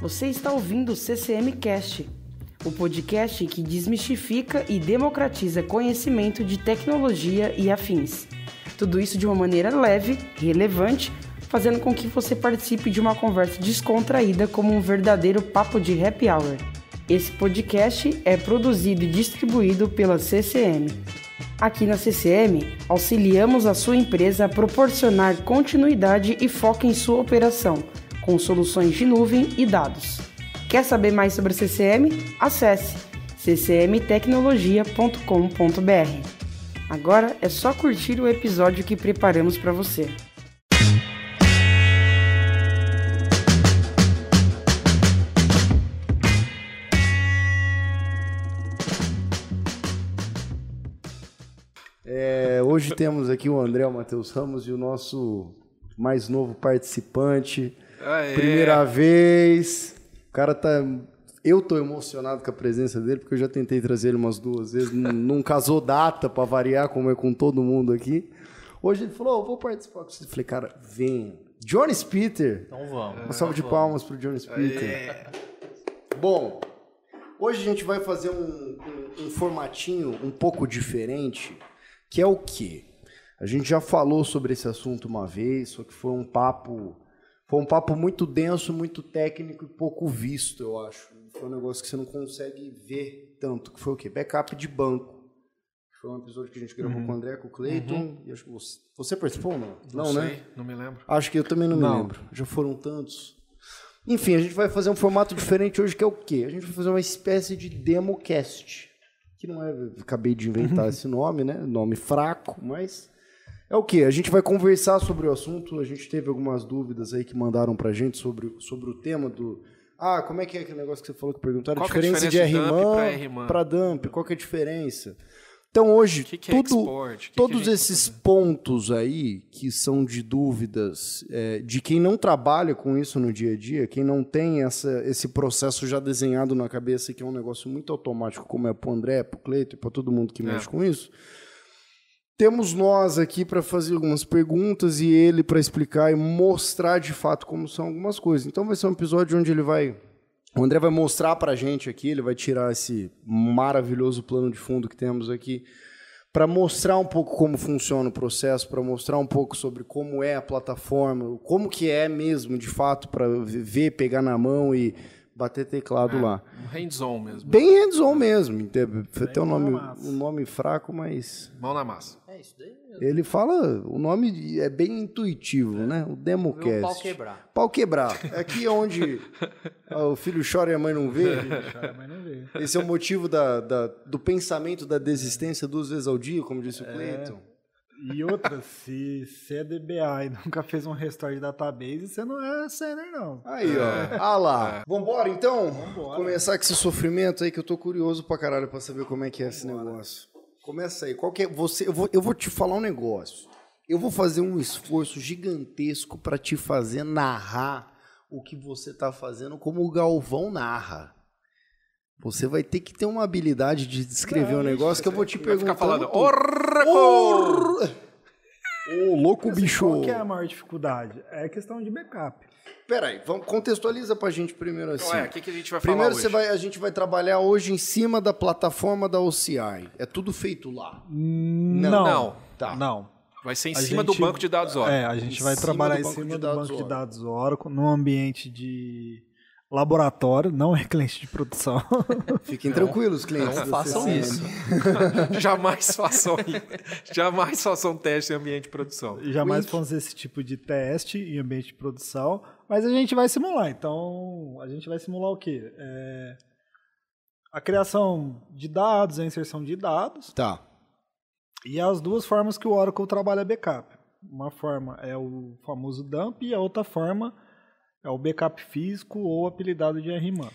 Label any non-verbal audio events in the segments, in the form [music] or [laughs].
Você está ouvindo o CCM Cast, o podcast que desmistifica e democratiza conhecimento de tecnologia e afins. Tudo isso de uma maneira leve, relevante, fazendo com que você participe de uma conversa descontraída como um verdadeiro papo de happy hour. Esse podcast é produzido e distribuído pela CCM. Aqui na CCM, auxiliamos a sua empresa a proporcionar continuidade e foco em sua operação, com soluções de nuvem e dados. Quer saber mais sobre a CCM? Acesse ccmtecnologia.com.br. Agora é só curtir o episódio que preparamos para você. É, hoje temos aqui o André o Matheus Ramos e o nosso mais novo participante. Aê. Primeira vez. O cara tá. Eu tô emocionado com a presença dele, porque eu já tentei trazer ele umas duas vezes. não, não casou data pra variar, como é com todo mundo aqui. Hoje ele falou: "Ô, vou participar com você. Eu falei, cara, venha. Johnny Spitter. Então vamos. Uma salva de palmas pro Johnny Spitter. É. Bom, hoje a gente vai fazer um, um- um formatinho um pouco diferente, que é o quê? A gente já falou sobre esse assunto uma vez, só que foi um papo, foi um papo muito denso, muito técnico e pouco visto, eu acho. Foi um negócio que você não consegue ver tanto, que foi o quê? Backup de banco. Foi um episódio que a gente gravou com o André, com o Cleiton, e acho que você, você participou ou Uhum. não? Não, né? sei, não me lembro. Acho que eu também não me Não. lembro. Já foram tantos. Enfim, a gente vai fazer um formato diferente hoje, que é o quê? A gente vai fazer uma espécie de democast. Que não é. eu Acabei de Uhum. inventar esse nome, né? Nome fraco, mas. É o quê? A gente vai conversar sobre o assunto. A gente teve algumas dúvidas aí que mandaram pra gente sobre, sobre o tema do. Ah, como é que é aquele negócio que você falou que perguntaram? Qual que é a de diferença de dump pra RMAN RMAN? para dump, qual que é a diferença? Então hoje, O que, que é tudo, export? O que todos que a gente- tá esses pontos aí que são de dúvidas é, de quem não trabalha com isso no dia a dia, quem não tem essa, esse processo já desenhado na cabeça, que é um negócio muito automático, como é pro André, pro Cleito e pra todo mundo que É. mexe com isso. Temos nós aqui para fazer algumas perguntas e ele para explicar e mostrar de fato como são algumas coisas. Então vai ser um episódio onde ele vai o André vai mostrar pra gente aqui, ele vai tirar esse maravilhoso plano de fundo que temos aqui para mostrar um pouco como funciona o processo, para mostrar um pouco sobre como é a plataforma, como que é mesmo de fato para ver, pegar na mão e bater teclado Ah. lá. Um hands-on mesmo. Bem hands-on mesmo, ente- até o mão nome, na massa. um nome fraco, mas Mão na massa. É isso daí mesmo. ele fala, o nome é bem intuitivo, né? O Ver o É. pau Democast. quebrar. Pau quebrar. Aqui é [laughs] onde ah, o filho chora e a mãe não vê. mas não veio. Esse é o motivo da, da- do pensamento da desistência duas vezes ao dia, como disse o É. Cleiton. E outra, se você é DBA e [laughs] nunca fez um restore de database, você não é sênior, não. Aí, ó. Ah lá. Vambora, então? Vambora. Começar com esse sofrimento aí que eu tô curioso pra caralho pra saber como é que é esse negócio. Começa aí. Qual que é? Você, eu, vou, eu vou te falar um negócio. Eu vou fazer um esforço gigantesco pra te fazer narrar o que você tá fazendo como o Galvão narra. Você vai ter que ter uma habilidade de descrever Não, um negócio que eu vou te Vai perguntar. ficar falando. Ô, Oracle! louco Assim, bicho! Qual que é a maior dificuldade? É a questão de backup. Peraí, vamos contextualiza pra gente primeiro assim. Então, é, o que, que a gente vai falar primeiro hoje? você vai, a gente vai trabalhar hoje em cima da plataforma da OCI. É tudo feito lá. Não. Não. Tá. Não. Vai ser em A cima do gente- banco de dados Oracle. É, a gente Em vai cima trabalhar do em banco de cima do dados banco de Oracle. dados Oracle, num ambiente de laboratório, não é cliente [laughs] de produção. Fiquem tranquilos, clientes. Não da façam CCM. isso. [laughs] Jamais façam isso. Jamais façam teste em ambiente de produção. E Jamais Wink. vamos fazer esse tipo de teste em ambiente de produção, mas a gente vai simular. Então, a gente vai simular o quê? É, a criação de dados, a inserção de dados, Tá. E as duas formas que o Oracle trabalha é backup. Uma forma é o famoso dump e a outra forma é o backup físico ou apelidado de RMAN. E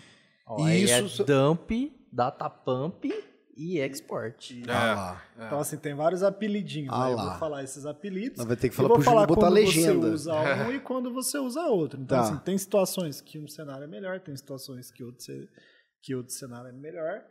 Ó, aí isso- é dump, data pump e export. Ah É. lá. Então, assim, tem vários apelidinhos. Ah né? Eu lá. vou falar esses apelidos. Nós vai ter que e falar vou pro Júlio botar quando legenda. você usa um e quando você usa outro. Então, Tá. assim, tem situações que um cenário é melhor, tem situações que outro, ce- que outro cenário é melhor.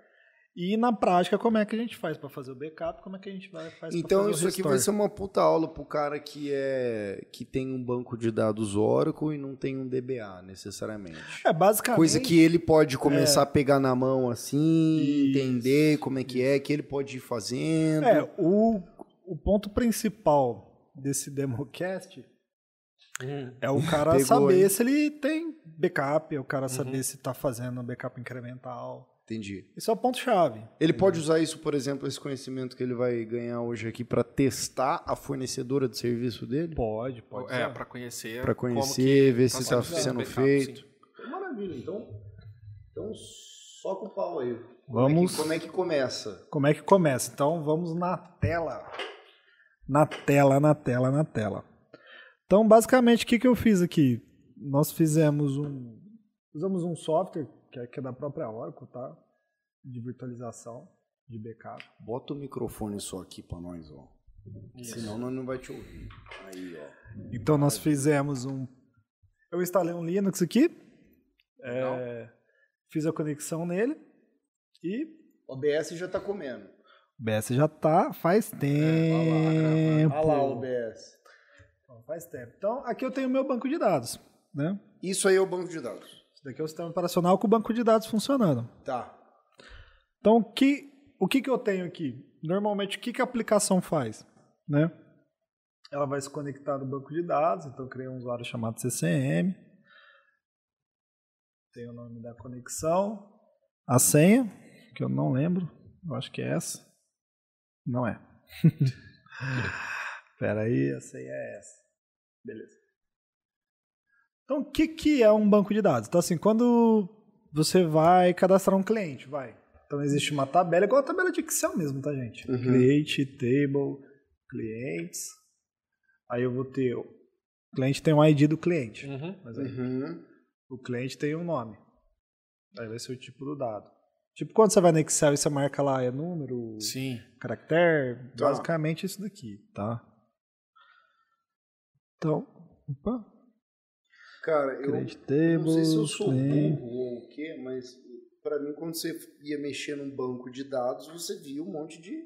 E na prática, como é que a gente faz para fazer o backup? Como é que a gente vai faz pra Então fazer isso o aqui restore? vai ser uma puta aula pro cara que é que tem um banco de dados Oracle e não tem um DBA necessariamente. É basicamente um Coisa que ele pode É. começar a pegar na mão assim, Isso. entender como é que é, que ele pode ir fazendo. É, o, o ponto principal desse democast é o Hum. cara Pegou, saber hein? Uhum. se ele tem backup, é o cara saber se tá fazendo um backup incremental. Entendi. Isso é o ponto-chave. Ele pode usar isso, por exemplo, esse conhecimento que ele vai ganhar hoje aqui pra testar a fornecedora de serviço dele, Pode, pode. É, ser. para conhecer. Pra como conhecer, que ver se tá sendo um backup, feito. sim. Maravilha, então, então soca o pau aí. Vamos. Como é que começa? Como é que começa? Então vamos na tela. Na tela, na tela, na tela. Então, basicamente, o que, que eu fiz aqui? Nós fizemos um. Usamos um software, que é, que é da própria Oracle, tá? De virtualização, de backup. Bota o microfone só aqui pra nós, ó. Senão nós não vai te ouvir. Aí, ó. Então nós fizemos um. Eu instalei um Linux aqui. é, fiz a conexão nele. E O OBS já tá comendo. o BS já tá faz É, Olha tempo. lá, o OBS. Faz tempo. Então aqui eu tenho o meu banco de dados. Né? Isso aí é o banco de dados. Isso daqui é o sistema operacional com o banco de dados funcionando. Tá. Então, o que, o que, que eu tenho aqui? Normalmente, o que, que a aplicação faz? Né? Ela vai se conectar no banco de dados, então eu criei um usuário chamado CCM. Tem o nome da conexão. A senha, que eu não lembro, eu acho que é essa. Não é. [laughs] Espera aí, a senha é essa. Beleza. Então, o que, que é um banco de dados? Então, assim, quando você vai cadastrar um cliente, vai. Então, existe uma tabela, igual a tabela de Excel mesmo, tá, gente? Uhum. Cliente, table, clientes. Aí eu vou ter... O cliente tem um ID do cliente. Uhum. Mas aí o cliente tem um nome. Aí vai ser o tipo do dado. Tipo quando você vai no Excel e você marca lá, é número, Sim. caractere, Tá. basicamente isso daqui, tá? Então, opa, Cara, eu create eu não sei se eu tables, sou client- burro ou o quê, mas pra mim, quando você ia mexer num banco de dados, você via um monte de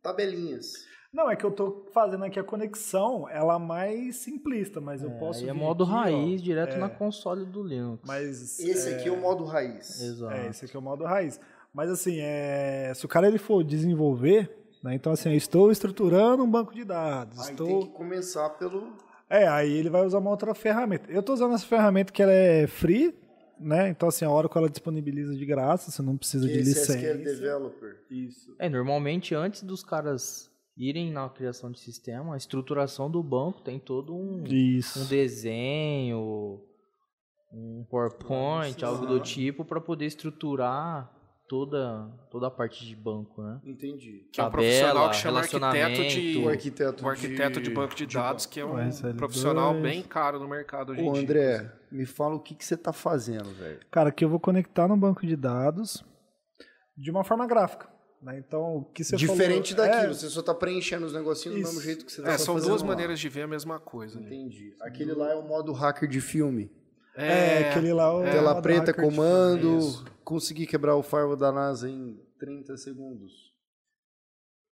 tabelinhas. Não, é que eu tô fazendo aqui a conexão, ela é mais simplista, mas eu É, posso aí é vir modo aqui, ó, raiz, direto é. na console do Linux. mas Esse aqui é o modo raiz. Exato. É, esse aqui é o modo raiz. Mas assim, é, se o cara ele for desenvolver, né, então assim, eu estou estruturando um banco de dados, Aí estou tem que começar pelo... É, aí ele vai usar uma outra ferramenta. Eu tô usando essa ferramenta que ela é free, né? Então, assim, a Oracle ela disponibiliza de graça, você não precisa de esse é SQL licença. Developer. Isso. É, normalmente antes dos caras irem na criação de sistema, a estruturação do banco tem todo um, um Isso. desenho, um PowerPoint, algo do Aham. tipo, para poder estruturar toda, toda a parte de banco, né? Entendi. Que é um Tabela, profissional que chama arquiteto de. relacionamento. O arquiteto, Um arquiteto de banco de dados, que é um Ué, SL2. profissional bem caro no mercado hoje em Ô, dia. André, me fala o que, que você tá fazendo, velho. Cara, aqui eu vou conectar no banco de dados de uma forma gráfica. Né? Então, o que você Diferente falou, daquilo, É, você só tá preenchendo os negocinhos do Isso. mesmo jeito que você tá É, são fazendo duas lá. maneiras de ver a mesma coisa. né? Entendi. Aquele lá é o modo hacker de filme. é, aquele lá... o- Tela o preta, hacker de- comando, Isso. consegui quebrar o firewall da NASA em 30 segundos.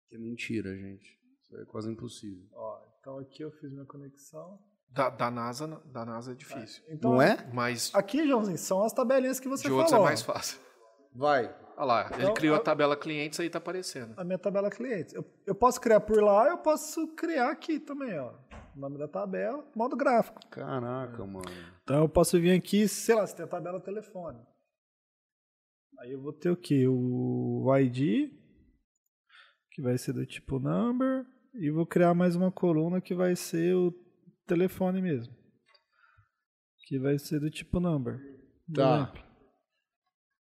Que é mentira, gente. Isso é quase impossível. Ó, então aqui eu fiz minha conexão. Da, da NASA, não- da NASA é difícil. Então, Não é? Mas Aqui, Joãozinho, são as tabelinhas que você de falou. outros é mais fácil. Vai. Olha lá, ele Então, criou a a- tabela clientes aí tá aparecendo. a minha tabela clientes. Eu, eu posso criar por lá, eu posso criar aqui também, ó. O Nome da tabela, modo gráfico. Caraca, mano. Então eu posso vir aqui, sei lá, se tem a tabela telefone. Aí eu vou ter o quê? O ID, que vai ser do tipo number, e vou criar mais uma coluna que vai ser o telefone mesmo. Que vai ser do tipo number. Tá.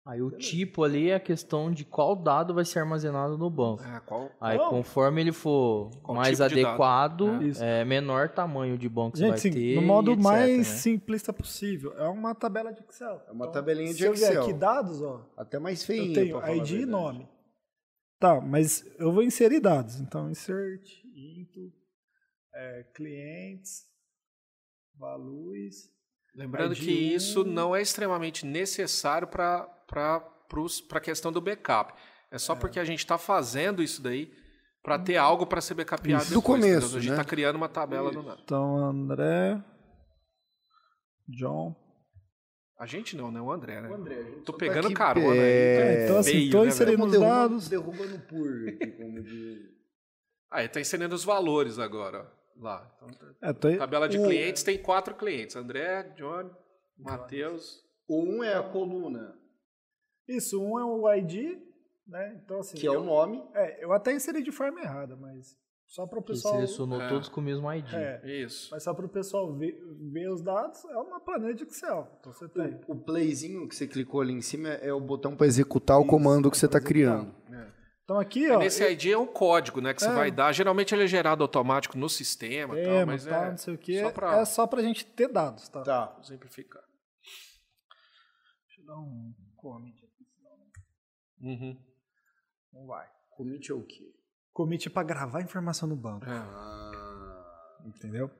Aí o tipo ali é a questão de qual dado vai ser armazenado no É. banco. Ah, qual? Aí Não. conforme ele for Qual mais tipo de dado? adequado, É. Isso. é, menor tamanho de banco você Gente, vai assim, ter. no modo e etc, mais né? simplista possível. É uma tabela de Excel. É uma tabelinha de se eu vier Excel. aqui dados, ó, Até mais eu feinho. tenho ID e nome. Tá, mas eu vou inserir dados. Então, insert, into, é, clientes, values. Lembrando ID que isso um. não é extremamente necessário para para a questão do backup. É só porque a gente está fazendo isso daí para ter algo para ser backupeado Isso. Do depois, começo, entendeu? A gente né? está criando uma tabela do nada. Então, André. John. A gente não, né? O André, né? André, Tô pegando que carona pé. aí. É, então, assim, meio, tô né, inserindo os dados. derruba no purge, aqui, como diz. Aí tá ensinando os valores agora, ó, lá. Então, tá- É, tô- tabela de O- clientes tem quatro clientes: André, John, Matheus. O 1 um é a coluna, Isso, um é o ID, né? Então, assim. que é o eu, nome. é, eu até inseri de forma errada, mas. Só para o Ele pessoal. selecionou É. todos com o mesmo ID. É, Isso. mas só para o pessoal ver, ver os dados, é uma planilha de Excel. Então você tem. Hum. O, o playzinho que você clicou ali em cima é é o botão para executar o comando que você está criando. Então aqui, E ó. Nesse ID é um código, né? Que você É. vai dar. Geralmente ele é gerado automático no sistema, e tal, tema, mas tal, é não sei o quê. só pra- É só pra gente ter dados, tá? Tá. simplificar. Deixa eu dar um commit aqui, senão Uhum. não Então vai. Commit é o quê? Commit é pra gravar a informação no banco, É. Ah, entendeu?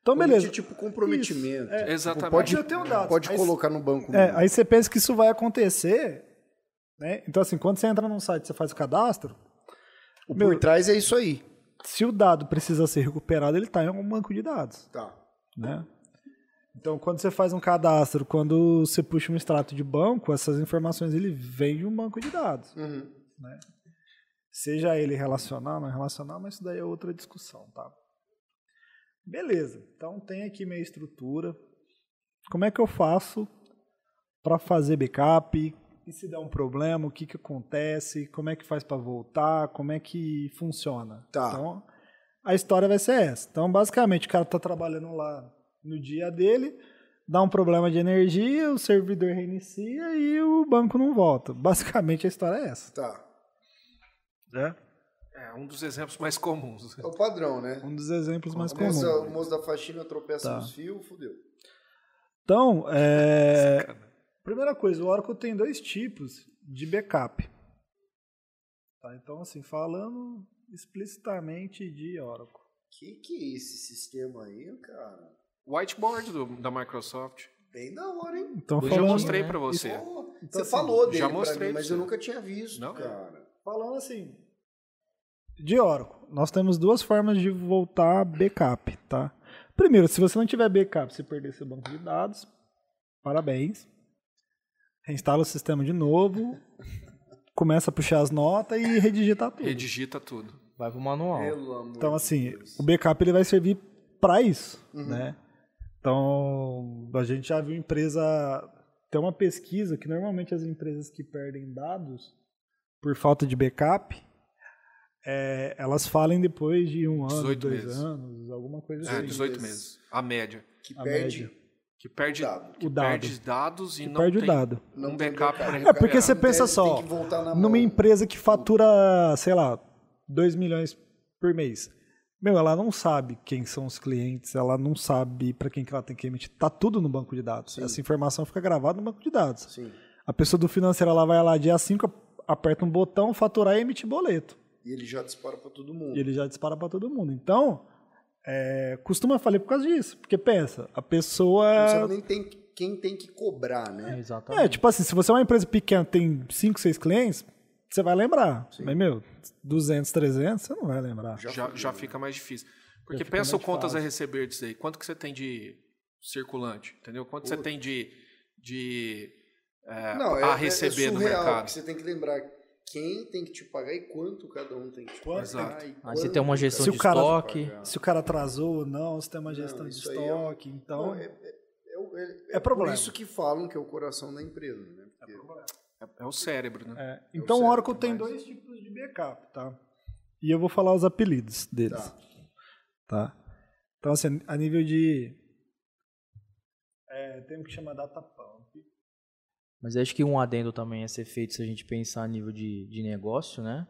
Então, commit beleza. é tipo comprometimento. Isso, é. Exatamente. pode- eu tenho dados. Pode Aí- colocar no banco. É, aí você pensa que isso vai acontecer, né? Então, assim, quando você entra num site você faz o cadastro, o meu- por trás é isso aí. se o dado precisa ser recuperado, ele tá em algum banco de dados, Tá. né? Então, quando você faz um cadastro, quando você puxa um extrato de banco, essas informações ele vem de um banco de dados. Uhum. Seja ele relacional, não relacional, mas isso daí é outra discussão, tá? Beleza. Então tem aqui minha estrutura. Como é que eu faço para fazer backup? E se der um problema, o que que acontece? Como é que faz para voltar? Como é que funciona? Tá. Então a história vai ser essa. Então basicamente o cara tá trabalhando lá no dia dele, dá um problema de energia, o servidor reinicia e o banco não volta. [laughs] Basicamente a história é essa. Tá. É um dos exemplos mais comuns. É o padrão, né? Um dos exemplos mais O moço- comuns. o moço da faxina tropeça Tá. nos fios, fudeu. Então, [laughs] é, Sacana. primeira coisa, o Oracle tem dois tipos de backup. Tá, então, assim, falando explicitamente de Oracle. Que que é esse sistema aí, cara? Whiteboard do- da Microsoft. Bem da hora, hein? Então, Eu já Eu já falando, mostrei né? pra você. Pô, Então, você assim, falou dele já pra mostrei mim, pra mas você. eu nunca tinha visto, Não? cara. falando assim, de Oracle, nós temos duas formas de voltar backup, tá? Primeiro, se você não tiver backup, se perder seu banco de dados, parabéns. Reinstala o sistema de novo, começa a puxar as notas e redigitar tudo. Redigita tudo. Vai pro manual. Pelo amor Então, de assim, Deus. o backup ele vai servir para isso, Uhum. né? Então, a gente já viu empresa... Tem uma pesquisa que normalmente as empresas que perdem dados por falta de backup, é, elas falem depois de um ano, 18 dois meses. anos, alguma coisa É, assim. 18 meses. A média. que a perde média. Que perde, o dado. que O dado. perde dados e Que não perde tem o dado. Não um tem backup para É porque você Não pensa deve, só, tem que voltar na Numa mão. empresa que fatura, sei lá, 2 milhões por mês. Meu, ela não sabe quem são os clientes, ela não sabe para quem que ela tem que emitir. Tá tudo no banco de dados. Sim. Essa informação fica gravada no banco de dados. Sim. A pessoa do financeiro ela vai lá dia 5, aperta um botão, faturar e emite boleto. E ele já dispara pra todo E mundo. ele já dispara para todo mundo. Então, é, costuma falei por causa disso. Porque pensa, a pessoa. Não sabe nem tem, quem tem que cobrar, né? Exatamente. É, tipo assim, se você é uma empresa pequena, tem 5, 6 clientes, você vai lembrar. Mas, meu, 200, 300, você não vai lembrar. Já, Já já, fudeu, né? fica mais difícil. Porque fica pensa o mais contas a fácil. receber disso aí. Quanto que você tem de circulante? Entendeu? Quanto você tem de, de é, Não, é, a é, receber é no surreal, mercado? porque Você tem que lembrar quem tem que te pagar e quanto cada um tem que te pagar. Exato. e Aí você quanto tem uma cada um gestão Se de o cara- estoque. pagar. Se o cara atrasou ou não, se tem uma gestão de isso aí é um- estoque, então... Não, é, é, é o- é- É problema. Por isso que falam que é o coração da empresa, né? Porque É o cérebro, né? É, então o certo, Oracle tem mas- dois tipos de backup, tá? E eu vou falar os apelidos deles, Tá. tá? Então, assim, a nível de... É, tem um que chama data pump. Mas acho que um adendo também a ser feito se a gente pensar a nível de, de negócio, né?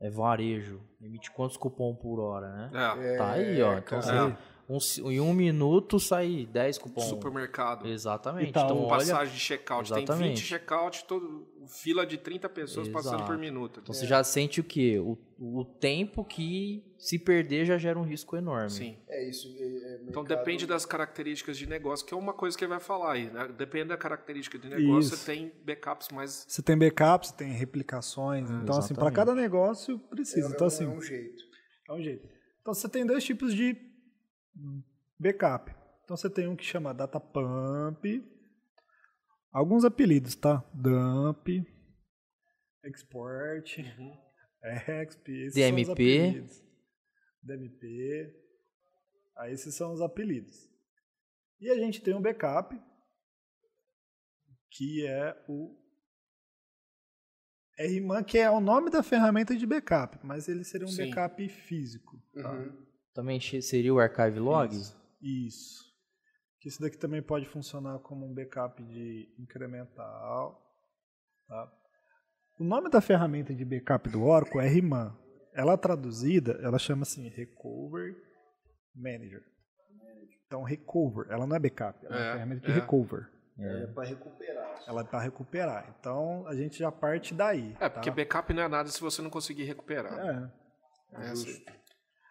É varejo. Emite quantos cupom por hora, né? É, tá aí, ó. É, Então, cara. você- um se- em um minuto sai 10 cupom. supermercado. Exatamente. E tá então, um olha, Passagem de check-out. Tem 20 Exatamente. check-out, todo, fila de 30 pessoas passando por Exato. minuto. então É. você já sente o quê? O, o tempo que se perder já gera um risco enorme. Sim. É isso, é, é Então depende das características de negócio, que é uma coisa que ele vai falar aí. Né? Depende da característica de negócio, Isso. você tem backups mais. Você tem backups, tem replicações. então, assim, para exatamente. cada negócio precisa. então, Ah, É assim, um jeito. é um jeito. Então, você tem dois tipos de backup. Então, você tem um que chama data pump. Alguns apelidos, tá? Dump, export, exp. esses são os DMP. apelidos. DMP. Aí, esses são os apelidos. E a gente tem um backup, que é o RMAN, que é o nome da ferramenta de backup, mas ele seria um Sim. backup físico. tá? Uhum. Uhum. Também che- seria o archive log? Isso. Que isso daqui também pode funcionar como um backup de incremental. tá? O nome da ferramenta de backup do Oracle é RMAN. Ela traduzida, ela chama assim Recover Manager. Então, Recover, ela não é backup, ela é, É, uma ferramenta de é. recover. Ela é pra recuperar. Ela é para recuperar. Então, a gente já parte daí. É, porque tá? backup não é nada se você não conseguir recuperar. É. É, assim.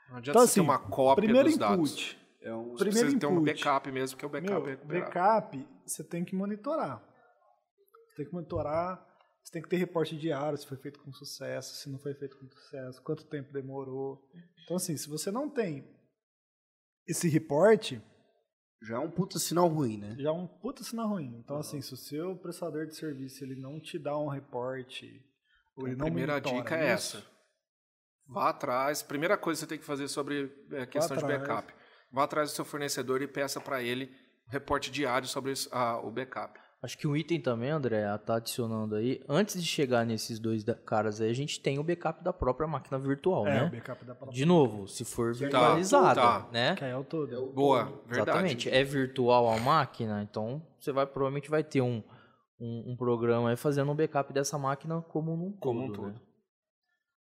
Não adianta Então, você ter assim, uma cópia primeiro dos dados. input. É um... Você Primeiro precisa ter um input. backup mesmo, que é o backup Meu, recuperado. backup, você tem que monitorar. Você tem que monitorar, você tem que ter reporte diário, se foi feito com sucesso, se não foi feito com sucesso, quanto tempo demorou. Então, assim, se você não tem esse reporte, Já é um puta sinal ruim, né? já é um puta sinal ruim. Então, assim, se o seu prestador de serviço ele não te dá um reporte, ou ele A não Então, primeira monitora dica é isso, essa. Vá atrás. Primeira coisa que você tem que fazer sobre a questão de atrás. backup. Vá atrás do seu fornecedor e peça para ele reporte diário sobre isso- a- o backup. Acho que um item também, André, tá adicionando aí. Antes de chegar nesses dois da- caras aí, a gente tem o backup da própria máquina virtual, É, o né? backup da palavra. De novo, se for virtualizada, tá. né? Que aí é o todo. Boa, verdade. Exatamente. É virtual a máquina, então você vai provavelmente vai ter um, um, um programa aí fazendo um backup dessa máquina como num Como um todo, né?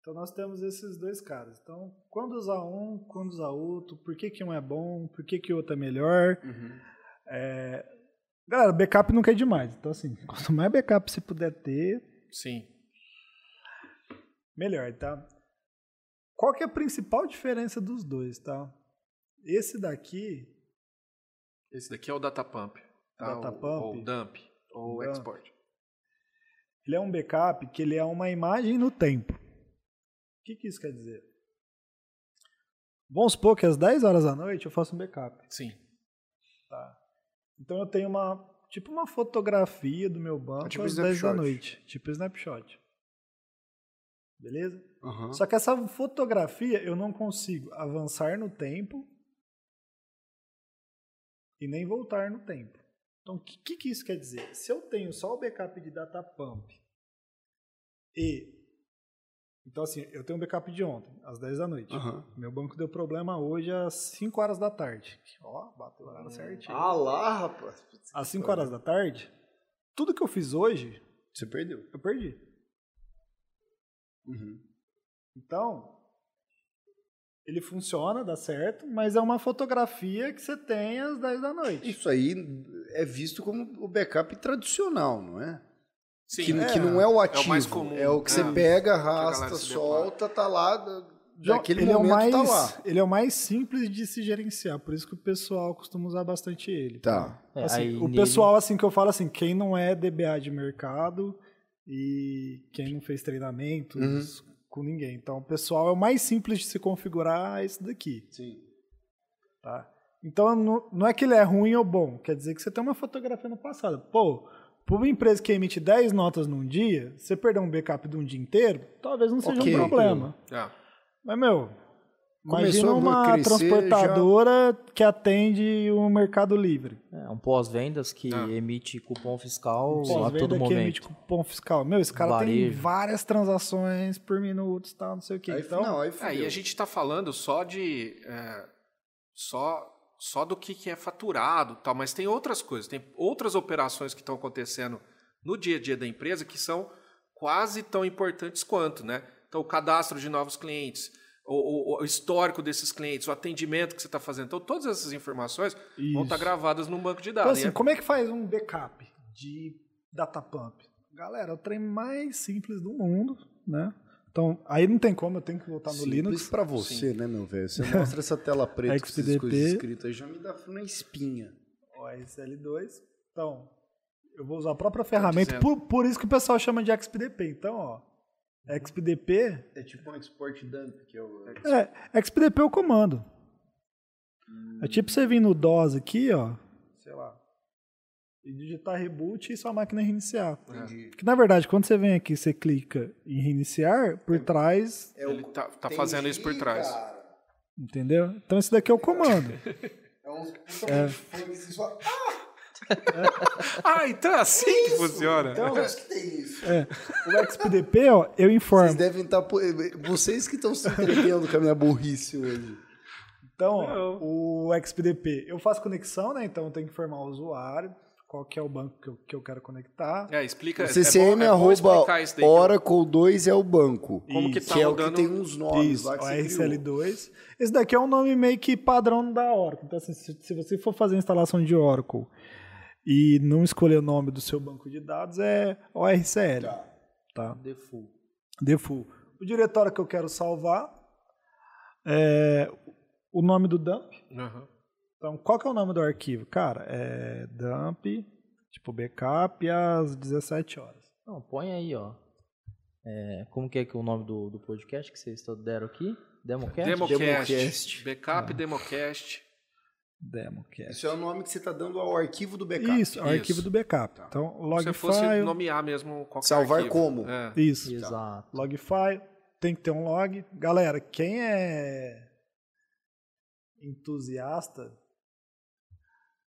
Então nós temos esses dois caras. Então, quando usar um, quando usar outro, por que, que um é bom, por que, que o outro é melhor. É, Galera, backup nunca é demais. Então, assim, [laughs] quanto mais backup você puder ter, Sim. melhor, tá? Qual que é a principal diferença dos dois, tá? Esse daqui, Esse daqui é o data pump. tá? Data Ou- pump. Ou dump. Ou Dump. export. ele é um backup que ele é uma imagem no tempo. O que, que isso quer dizer? Vamos supor que às 10 horas da noite eu faço um backup. Sim. Tá. Então eu tenho uma, tipo uma fotografia do meu banco É tipo às 10 da snapshot. noite, tipo snapshot. Beleza? Aham. Só que essa fotografia eu não consigo avançar no tempo e nem voltar no tempo. Então o que, que que isso quer dizer? Se eu tenho só o backup de data pump e então assim, eu tenho um backup de ontem, às 10 da noite. Aham. Meu banco deu problema hoje às 5 horas da tarde. Ó, bateu o horário certinho. Ah lá, rapaz. Putz, Às 5 horas da tarde, tudo que eu fiz hoje, Você perdeu. eu perdi. Uhum. Então, ele funciona, dá certo, mas é uma fotografia que você tem às 10 da noite. Isso aí é visto como o backup tradicional, não é? Sim. que, que não é o ativo. mais comum, é o que né? você pega, Que a arrasta, galera se depara. solta, tá lá. da- Daquele ele momento é o mais, tá lá. Ele é o mais simples de se gerenciar, por isso que o pessoal costuma usar bastante ele. Tá. É, Assim, aí o nele- pessoal, assim, que eu falo assim, quem não é DBA de mercado e quem não fez treinamentos Uhum. com ninguém. Então, o pessoal é o mais simples de se configurar é esse daqui, Sim. tá? Então, não, não é que ele é ruim ou bom, quer dizer que você tem uma fotografia no passado. Pô, para uma empresa que emite 10 notas num dia, você perder um backup de um dia inteiro, talvez não seja Ok. um problema. É. Mas, meu, imagina Começou a uma crescer, já- transportadora que atende o Mercado Livre. É um pós-vendas que Ah. emite cupom fiscal a Um Pós-venda todo que emite momento. cupom fiscal. Meu, esse cara tem Varejo. várias transações por minuto, tal, não sei o quê. Aí, então, não, aí Aí fudeu. É, a gente está falando só de. é, só, só do que, que é faturado e tal, mas tem outras coisas, tem outras operações que estão acontecendo no dia a dia da empresa que são quase tão importantes quanto, né? Então, o cadastro de novos clientes, o, o- o histórico desses clientes, o atendimento que você está fazendo. Então, todas essas informações vão estar Isso. gravadas num banco de então, dados. assim, E é- como é que faz um backup de data pump? Galera, é o trem mais simples do mundo, né? Então, aí não tem como, eu tenho que voltar no Simples Linux. Tá pra você, né, meu velho? [laughs] Você mostra essa tela preta com essas XPDP. coisas escritas aí, já me dá na espinha. OSL2. Então, eu vou usar a própria ferramenta. dizendo. Por, por isso que o pessoal chama de XPDP. Então, ó, XPDP É tipo um export dump, que é o... É, XPDP é o comando. É tipo você vir no DOS aqui, ó. Sei lá. E digitar reboot e sua máquina reiniciar. Entendi. Que na verdade, quando você vem aqui, você clica em reiniciar, por trás, É o- Ele tá, tá Entendi, fazendo isso por trás. cara. entendeu? Então esse daqui é o [laughs] comando. É uns puta é. funk, você só... Ah, Ah, então é assim [laughs] que isso! funciona? Então, acho que tem isso. O XPDP, ó, eu informo. Vocês devem estar. Vocês que estão se entretendo com a minha burrice hoje. Então, ó, o XPDP, eu faço conexão, né? Então eu tenho que informar o usuário, qual que é o banco que eu, que eu quero conectar. É, explica. O é bom- CCM é bom arroba explicar isso daí, Oracle 2 é o banco. Como que que tá é o que rodando- tem uns nomes Isso, lá que você criou. ORCL2. Esse daqui é um nome meio que padrão da Oracle. Então, assim, se, se você for fazer a instalação de Oracle e não escolher o nome do seu banco de dados, é ORCL. Tá. Default. Default. O diretório que eu quero salvar é o nome do dump. que- Aham. Então, qual que é o nome do arquivo? Cara, é dump, tipo backup às 17 horas. Não, põe aí, ó. É, como que é que é o nome do, do podcast que vocês to- deram aqui? Democast? Democast, Democast. Backup Democast. Democast. Isso é o nome que você está dando ao arquivo do backup. Isso, é o Isso. arquivo do backup. Então, log Se você fosse file, nomear mesmo qualquer Salvar arquivo. como? É. Isso. Exato. log file, tem que ter um log. Galera, quem é entusiasta,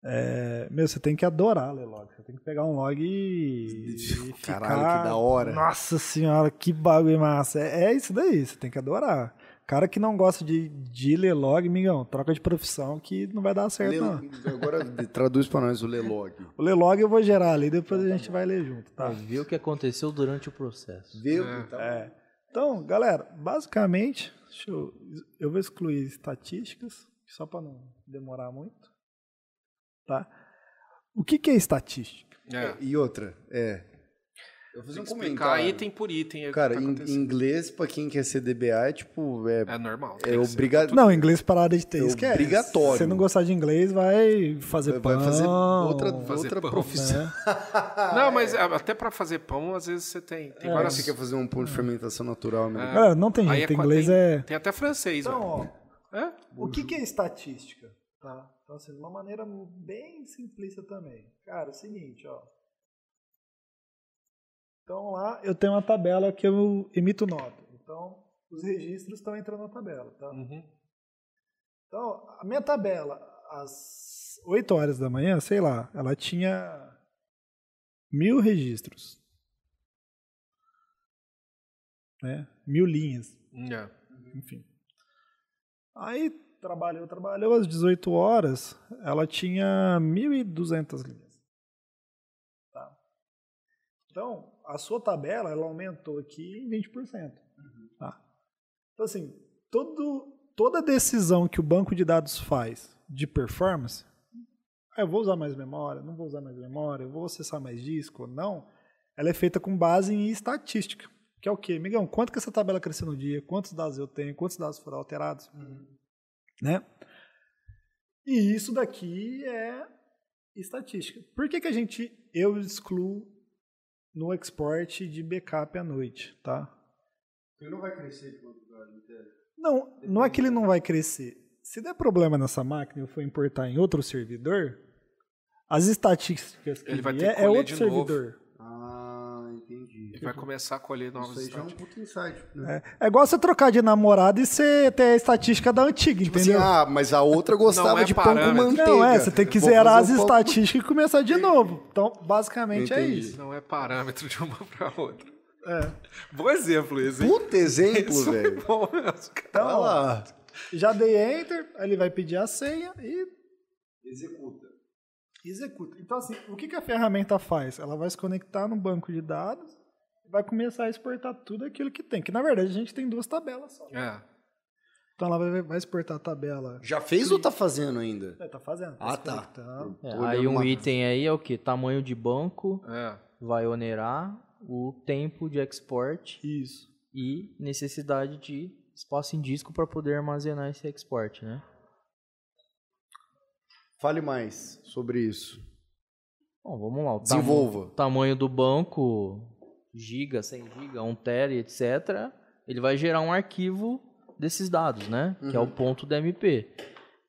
é, meu, você tem que adorar ler log. Você tem que pegar um log [laughs] e, e ficar... Caralho, que da hora. Nossa senhora, que bagulho massa. É, é isso daí, você tem que adorar. Cara que não gosta de, de ler log, migão, troca de profissão que não vai dar certo, Lê- não. agora traduz para nós o Lelog. O ler log eu vou gerar ali, depois a gente vai ler junto, tá? É, Vê o que aconteceu durante o processo. Vê, É. então. É. Então, galera, basicamente, deixa eu, eu vou excluir estatísticas, só para não demorar muito. Tá? O que, que é estatística? É. E outra, é. Eu vou Tem que explicar item por item. é o que né? Cara, tá em acontecendo. inglês, pra quem quer ser DBA, é tipo. É, é normal. é tem que ser. obrigado. Não, inglês parada de ter, É esquece. obrigatório. Se você não gostar de inglês, vai fazer Vai pão, fazer outra, Fazer outra pão, profissão. né? Não, Ah, é. mas a- até pra fazer pão, às vezes você tem. Tem Agora várias. você quer fazer um Hum. pão de fermentação natural, né? Galera, não tem Aí jeito, é qua- inglês tem- é... Tem até francês, Então, ó, velho. É? O que, que é estatística? Tá? Então, assim, de uma maneira bem simplista também. Cara, é o seguinte, ó. Então lá eu tenho uma tabela que eu emito nota. Então, os registros estão entrando na tabela, tá? Uhum. Então, a minha tabela, às 8 horas da manhã, sei lá, ela tinha mil registros. Né? Mil linhas É. enfim. Aí trabalhou, trabalhou às 18 horas, ela tinha 1.200 linhas. Tá? Então, a sua tabela ela aumentou aqui em 20%. Tá? Então, assim, todo, toda decisão que o banco de dados faz de performance, ah, eu vou usar mais memória, não vou usar mais memória, eu vou acessar mais disco ou não, ela é feita com base em estatística. Que é o quê? Migão, quanto que essa tabela cresceu no dia? Quantos dados eu tenho? Quantos dados foram alterados? Uhum. Né? E isso daqui é estatística. Por que, que a gente, eu excluo no export de backup à noite, tá? Ele não vai crescer de madrugada. Não, não é que ele não vai crescer. Se der problema nessa máquina e eu for importar em outro servidor, as estatísticas que Ele vai ter vier que é colher outro de novo. servidor. Ah, entendi. E vai começar a colher novas Isso aí já é um estatísticas. puto insight. Né? É, é igual você trocar de namorado e você ter a estatística da antiga, Tipo assim, entendeu? ah, mas a outra Não gostava é de pão com parâmetro. manteiga. Não, é, você tem que Vou zerar as fazer um pão- estatísticas e começar de novo. Então, basicamente é Entendi. isso. Não é parâmetro de uma [laughs] pra outra. É. Bom exemplo esse, hein? Puta exemplo, Isso foi velho. [laughs] bom mesmo, cara. Então, Olha lá. já dei enter, aí ele vai pedir a senha e Executa. executa. Então, assim, o que, que a ferramenta faz? Ela vai se conectar no banco de dados e vai começar a exportar tudo aquilo que tem. Que, na verdade, a gente tem duas tabelas só. É. Então, ela vai, vai exportar a tabela... Já fez ou tá fazendo ainda? É, tá fazendo. Ah, se tá. conectando. É, Tô aí olhando um uma- item aí é o que? Tamanho de banco É. vai onerar o tempo de export Isso. e necessidade de espaço em disco para poder armazenar esse export, né? Fale mais sobre isso. Bom, vamos lá. O tama- Desenvolva. tamanho do banco, giga, 100 giga, 1 tera, etc. Ele vai gerar um arquivo desses dados, né? Que é o Uhum. ponto DMP.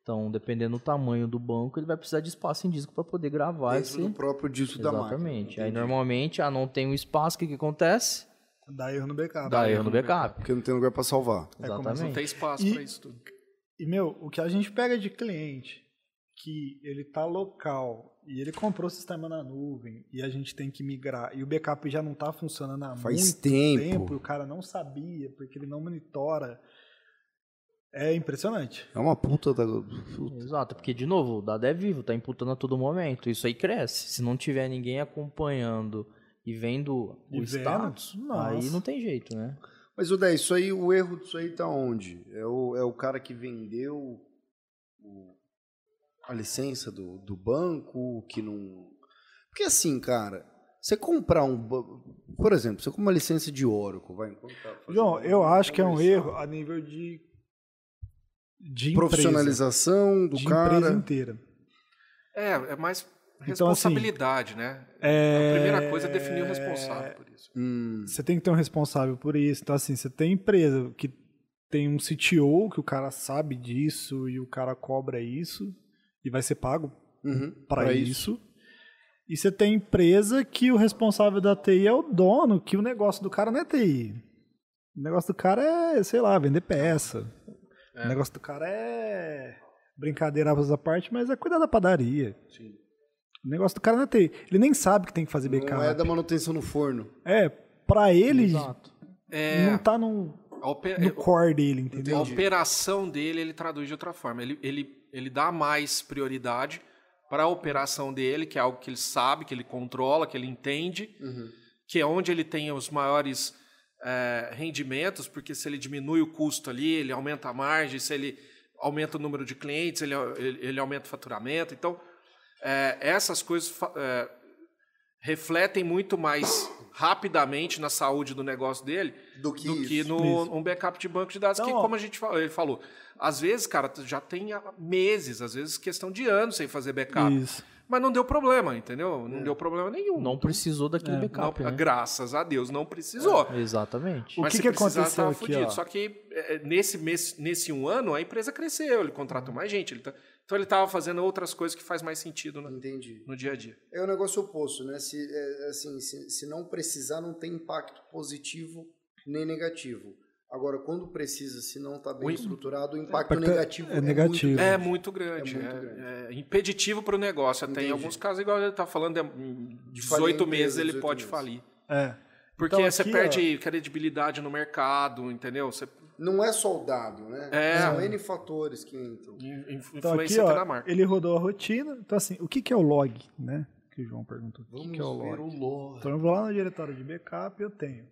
Então, dependendo do tamanho do banco, ele vai precisar de espaço em disco para poder gravar Dentro esse... do próprio disco da máquina. Exatamente. Aí Entendi. normalmente, ah, não tem um espaço, o que, que acontece? Dá Ah, erro no backup. Dá erro erro no no backup. Porque não tem lugar pra salvar. É como Exatamente. Não tem espaço E- para isso tudo. E, meu, o que a gente pega de cliente que ele tá local e ele comprou o sistema na nuvem e a gente tem que migrar e o backup já não tá funcionando há Faz muito tempo. tempo e o cara não sabia porque ele não monitora. É impressionante. É uma puta da. Exato, porque de novo, o dado é vivo, tá imputando a todo momento. Isso aí cresce. Se não tiver ninguém acompanhando e vendo E o vendo? status, aí Nossa. não tem jeito, né? Mas o isso aí, o erro disso aí tá onde? É o, é o cara que vendeu o- a licença do, do banco, que não. Porque assim, cara, você comprar um. ba- Por exemplo, você compra uma licença de Oracle, vai tá encontrar. João, eu acho que é um erro a nível de de empresa, Profissionalização do de empresa cara. inteira. É, é mais Então, assim, responsabilidade, né? É... A primeira coisa é definir o responsável por isso. Hum, Você tem que ter um responsável por isso. Então, assim, você tem empresa que tem um CTO que o cara sabe disso e o cara cobra isso e vai ser pago uhum, para pra isso. E você tem empresa que o responsável da TI é o dono, que o negócio do cara não é TI. O negócio do cara é, sei lá, vender peça. É. O negócio do cara é brincadeira à parte, mas é cuidar da padaria. Sim. O negócio do cara não é TI. Ele nem sabe que tem que fazer backup. Não é da manutenção no forno. É, pra ele Exato. não É, tá no, a, ope- no core dele, a entendeu? operação dele ele traduz de outra forma. Ele, ele, ele dá mais prioridade para a operação dele, que é algo que ele sabe, que ele controla, que ele entende, que é onde ele tem os maiores eh, rendimentos, porque se ele diminui o custo ali, ele aumenta a margem, se ele aumenta o número de clientes, ele, ele, ele aumenta o faturamento. Então, eh, essas coisas fa- eh, refletem muito mais rapidamente na saúde do negócio dele Do que, do que isso. no, um backup de banco de dados, que Então, ó. como a gente fa- ele falou, às vezes, cara, tu já tem há meses, às vezes questão de anos sem fazer backup. Isso. Mas não deu problema, entendeu? Não deu problema nenhum. Não precisou daquele É. backup, Não- né? É, Graças a Deus, não precisou. Exatamente. O Mas que se que precisasse, aconteceu tava aqui, fudido. ó? Só que é, é, nesse, mês- nesse um ano, a empresa cresceu, ele contratou mais gente. ele tá- então ele estava fazendo outras coisas que faz mais sentido no, Entendi. no dia a dia. É o negócio oposto, né? Se, é, assim, se, se não precisar, não tem impacto positivo nem negativo. Agora, quando precisa, se não está bem O im- estruturado, o impacto Impacto é negativo é, negativo. muito É muito grande. É É, muito grande. é impeditivo para o negócio. Tem Entendi. alguns casos, igual ele está falando, é, em 18 Falha em meses empresa, ele 18 pode meses. falir. É. Porque Então, você aqui, perde credibilidade no mercado, entendeu? Você Não é só o dado, né? É. São N fatores que entram. in- in- Então aqui, influencia até na ó, marca. ele rodou a rotina. Então, assim, o que, que é o log, né? Que o João perguntou. O que, Vamos que é o ver log? o lore. Então eu vou lá no diretório de backup eu tenho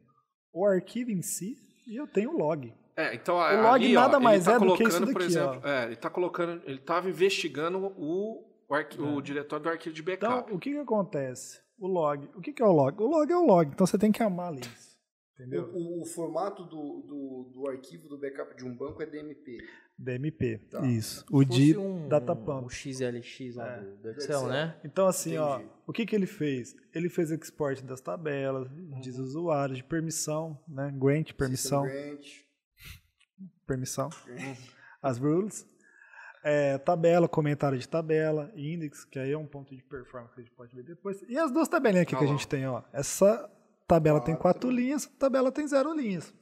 o arquivo em si e eu tenho o log. É, então, o log nada mais é do que isso daqui, tá por exemplo, é, ele está colocando, ele estava investigando o, o, arqui- É. o diretório do arquivo de Então, backup. o que, que acontece? O log. O que, que é o log? O log é o log, então você tem que amar isso. Entendeu? O, o formato do, do, do arquivo do backup de um banco é DMP. DMP. Tá. Isso. O Fosse de um, Datapump. O XLX lá É, do, do Excel, Excel. né? Então, assim, ó, Entendi. o que, que ele fez? Ele fez export das tabelas, diz usuários, de permissão, né? Grant, permissão, System grant. permissão. As rules. É, tabela, comentário de tabela, index, que aí é um ponto de performance que a gente pode ver depois. E as duas tabelinhas aqui Tá que a lá. gente tem, ó. Essa tabela tem Quatro. quatro linhas, essa tabela tem zero linhas.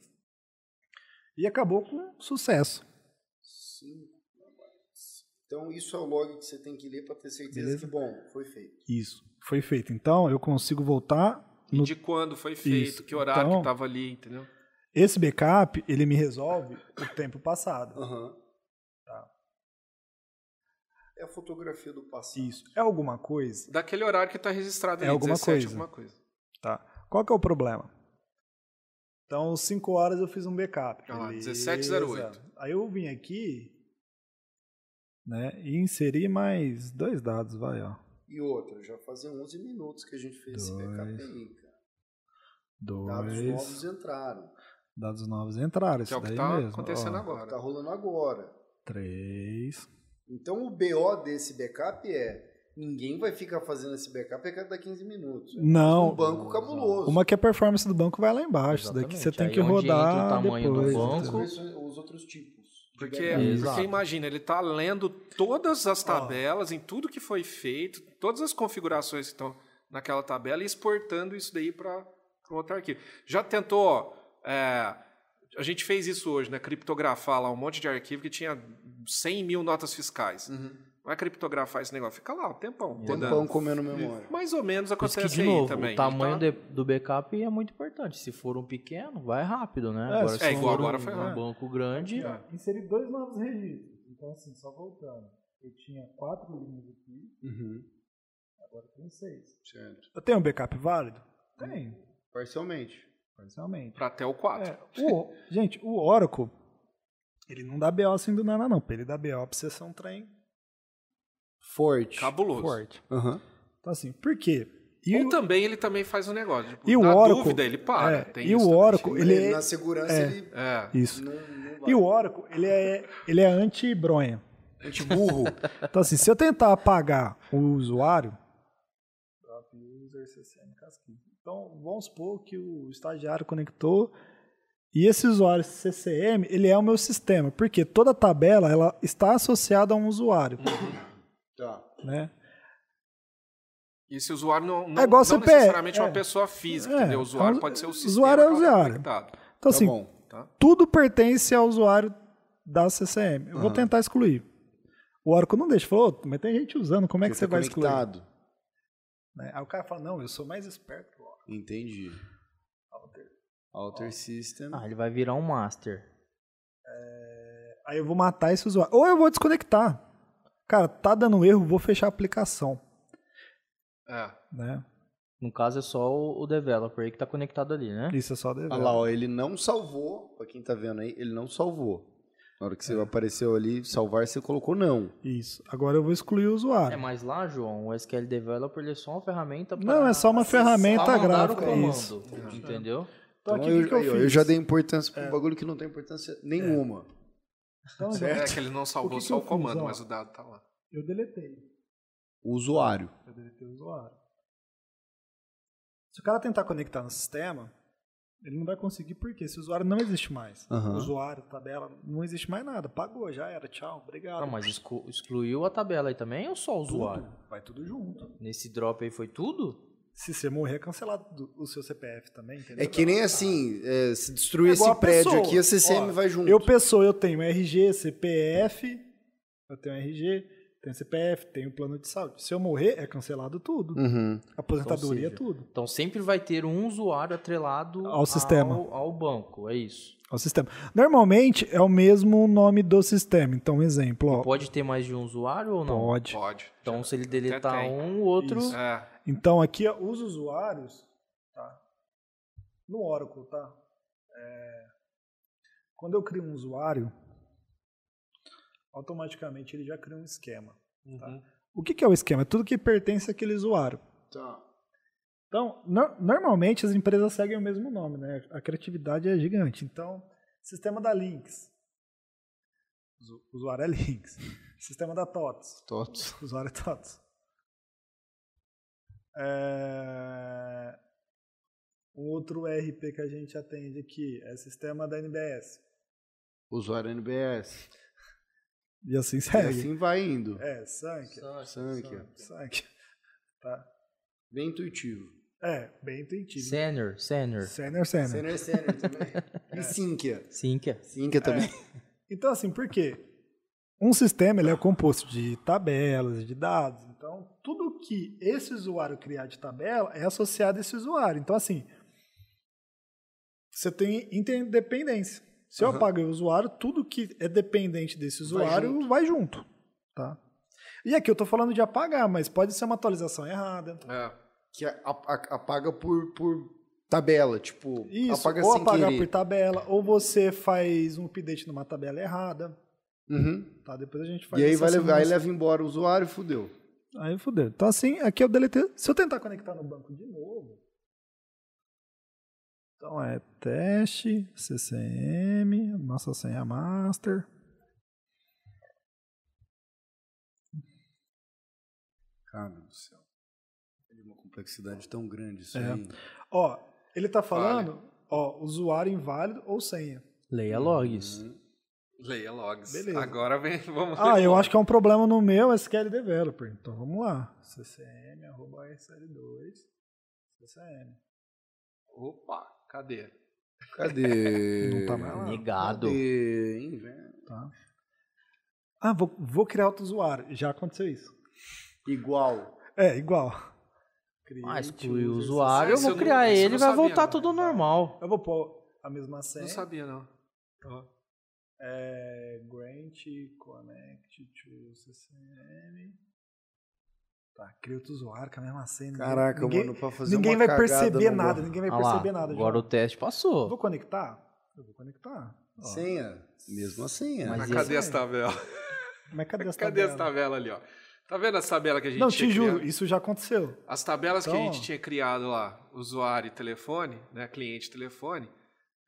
E acabou com sucesso. Cinco trabalhos. Então, isso é o log que você tem que ler para ter certeza Beleza. que, bom, foi feito. Isso. Foi feito. Então, eu consigo voltar E Então, no de quando foi feito, Isso. que horário Então- que estava ali, entendeu? Esse backup, ele me resolve o tempo passado. Aham. Tá. É a fotografia do passado. Isso. É alguma coisa? Daquele horário que está registrado É ali, alguma 17, coisa. alguma coisa. Tá. Qual que é o problema? Então, 5 horas eu fiz um backup. Ah lá, beleza. 1708. Aí eu vim aqui, né, e inseri mais dois dados, vai, ó. E outra, já fazia 11 minutos que a gente fez esse Dois. backup aí, cara. Dados novos Dois, entraram. Dados novos entraram, Que isso é o que daí está mesmo. acontecendo ó. Tá agora. rolando agora. Três. Então o BO desse backup é. Ninguém vai ficar fazendo esse backup a cada 15 minutos. É Não. Um banco cabuloso. Uma que a performance do banco vai lá embaixo. Isso daqui você Exatamente. tem Aí é que onde entra o rodar tamanho do depois. banco. entendeu? Os, os outros tipos. Tipo, Porque, é Exato. porque imagina, ele está lendo todas as tabelas, em tudo que foi feito, todas as configurações que estão naquela tabela e exportando isso daí para um outro arquivo. Já tentou, ó, é, a gente fez isso hoje, né? Criptografar lá um monte de arquivo que tinha 100 mil notas fiscais. Vai criptografar esse negócio, fica lá Uhum. um tempão. Tempão comendo memória. Mais ou menos Por isso acontece que, de aí novo, também. o tamanho Ele tá- de- do backup é muito importante. Se for um pequeno, vai rápido, né? É, agora, se se é, for igual um, agora foi um rápido. banco grande, Inseri dois novos registros. Então, assim, só voltando. Eu tinha quatro linhas aqui, Uhum. agora tem seis. Certo. Eu tenho um backup válido? Tem, Parcialmente. parcialmente. Pra até o 4. É, o- gente, o Oracle, ele não dá BO assim do nada, não. Pra ele dar BO, precisa ser um trem Forte. Cabuloso. forte. Aham. Então, assim, por quê? E Ou o- também ele também faz um negócio. Tipo, E o na Oracle- dúvida, ele para. é, tem e isso o também. Oracle, ele é, Tipo, Na segurança ele É. isso. não, não vai. E o Oracle, ele é, ele é anti-bronha. [laughs] burro. Então, assim, se eu tentar apagar o usuário. Então, vamos supor que o estagiário conectou e esse usuário CCM, ele é o meu sistema, porque toda tabela ela está associada a um usuário, tá. né? E esse usuário não, não, É igual não CPF, necessariamente é é. uma pessoa física, É, entendeu? O usuário então, pode ser o sistema. usuário é que ela tá usuário. conectado. Então, tá assim, bom. tudo pertence ao usuário da CCM. Eu vou Aham. tentar excluir. O Oracle não deixa, falou, "Ô, mas tem gente usando, como é que Porque você tá vai excluir? conectado. Né? Aí o cara fala, não, eu sou mais esperto que o Oracle. Entendi. Alter System. ah, ele vai virar um master. Aí eu vou matar esse usuário. Ou eu vou desconectar. Cara, tá dando erro, vou fechar a aplicação. É. Né? No caso, é só o, o developer aí que tá conectado ali, né? Isso é só dever. Olha lá, ó, ele não salvou. Pra quem tá vendo aí, ele não salvou. Na hora que É. você apareceu ali, salvar, você colocou não. Isso. Agora eu vou excluir o É, usuário. mas lá, João, o SQL Developer ele é só uma ferramenta pra Não, é só uma acessar, ferramenta mandar o gráfica, comando, isso. Entendeu? Então, Então, aqui, o eu, que que eu aí, ó, fiz? É. eu já dei importância pra um bagulho que não tem importância nenhuma. Então, É que ele não O salvou que que só eu o comando, fiz, ó? mas o dado tá lá. Eu deletei. O usuário. Eu deletei o usuário. Se o cara tentar conectar no sistema, ele não vai conseguir porque esse usuário não existe mais. Aham. Usuário, tabela, não existe mais nada. Pagou, já era, tchau, obrigado. Não, Ah, mas exclu- excluiu a tabela aí também ou só o Tudo, usuário? Vai tudo junto. Nesse drop aí foi tudo? Se você morrer, é cancelado do- o seu CPF também, entendeu? Então, É que nem assim, é, se destruir tá. É igual esse a prédio pessoa. aqui, a CCM Ó, vai junto. Eu, pessoa, eu tenho RG, CPF, eu tenho RG, tenho CPF, tenho plano de saúde. Se eu morrer, é cancelado tudo. Uhum. Aposentadoria, Hum. Ou seja, tudo. Então sempre vai ter um usuário atrelado Ao sistema. ao- ao banco, é isso. É o sistema. Normalmente é o mesmo nome do sistema. Então, exemplo, ó, Pode ter mais de um usuário ou não? pode. Pode. Então, se ele deletar tem. um, o outro. Isso. É. Então, aqui ó, os usuários, tá? No Oracle, tá? É, Quando eu crio um usuário, automaticamente ele já cria um esquema. Uhum. O que, que é o esquema? É tudo que pertence àquele usuário. Tá. Então, no- normalmente as empresas seguem o mesmo nome, né? A criatividade é gigante. Então, sistema da Lynx. Usu- Usuário é Lynx. [laughs] Sistema da TOTS. Totos. Usuário é TOTS. É... Um outro RP que a gente atende aqui é sistema da NBS. Usuário NBS. E assim E segue. assim vai indo. É, Sank. Sankia. Sank. Tá. é Bem intuitivo. É, bem intuitivo. Senior, senior. Senior, senior. Senior Senior é [laughs] também. E é, Sinkia. Sinca. Sinkia também. Então, assim, por quê? Um sistema ele é composto de tabelas, de dados. Então, tudo que esse usuário criar de tabela é associado a esse usuário. Então, assim, você tem interdependência. Se eu Aham. apagar o usuário, tudo que é dependente desse usuário junto. vai junto. tá? E aqui eu estou falando de apagar, mas pode ser uma atualização errada. É. Que a- a- apaga por, por tabela, tipo, Isso, apaga ou sem apagar querer. por tabela, ou você faz um update numa tabela errada. Uhum. Tá? Depois a gente faz E aí essa vai levar, aí simulação. leva embora o usuário e fudeu. Aí fudeu. Então assim, aqui eu deletei. Se eu tentar conectar no banco de novo, Então é teste, CCM, nossa senha master. Cara do céu. Tem uma complexidade tão grande isso É. aí. né? Ó, ele tá falando, ó, usuário inválido ou senha. Leia logs. Leia logs. Beleza. Agora vem, [laughs] vamos Ah, eu acho que é um problema no meu SQL Developer. Então vamos lá. CCM, arroba SL2, CCM. Opa, cadê? [laughs] Cadê? Não tá mais Ah, lá. Negado. Cadê? Inverno. Tá. Ah, vou, vou criar outro usuário. Já aconteceu isso. Igual. É, igual. Criei, Ah, exclui user, o usuário, eu Isso eu não- vou criar isso eu ele e não vai sabia, voltar não. tudo normal. Eu vou pôr a mesma senha. Não sabia, não. Ó, É, grant connect to CCM. Tá, cria outro usuário com a mesma senha. Ninguém- Caraca, ninguém, mano, pra fazer Ninguém uma vai cagada perceber no nada, Word. ninguém vai Ah lá, perceber nada. agora o João. teste passou. Vou conectar? Eu vou conectar. Ó, Senha. Mesma senha. Mas Mas e cadê essa- as tabelas? Mas é cadê [laughs] as Cadê as tabelas? tabelas ali, ó? Tá vendo as tabelas que a é gente é Não, tinha te juro, criado? isso já aconteceu. As tabelas que a Então- gente tinha criado lá, usuário e telefone, né, cliente e telefone,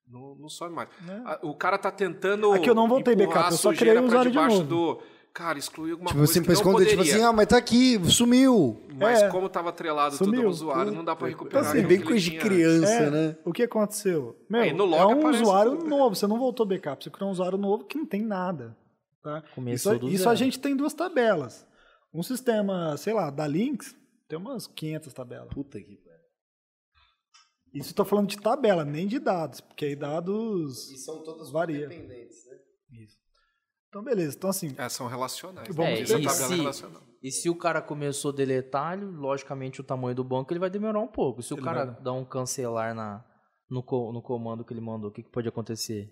não, não sobe mais. Né? Ah, O cara tá tentando Aqui eu não voltei, empurrar backup, a eu só sujeira criei o pra usuário de debaixo novo. do- Cara, excluiu alguma Tipo coisa assim, que pra não esconder, tipo poderia. assim, ah, mas tá aqui, sumiu. Mas É. como tava atrelado tudo Sumiu. ao usuário, não dá pra recuperar. Assim, É nenhum bem que coisa ele de tinha criança, É, né? O que aconteceu? Meu, Aí no é log um aparece usuário tudo. novo, você não voltou backup, você criou um usuário novo que não tem nada. Tá? Começou isso, é do isso zero. a gente tem duas tabelas. Um sistema, sei lá, da Links, tem umas 500 tabelas. Puta que pariu. Isso eu tô falando de tabela, nem de dados, porque aí dados... são todas Varia. dependentes, né? Então, beleza. Então, assim, É, são relacionais. Que bom né? que Essa tem. tabela Sim. relacional. E se o cara começou a deletar, ele- logicamente o tamanho do banco ele vai demorar um pouco. Se o Ele cara vai- dá um cancelar na, no, co- no comando que ele mandou, o que, que pode acontecer?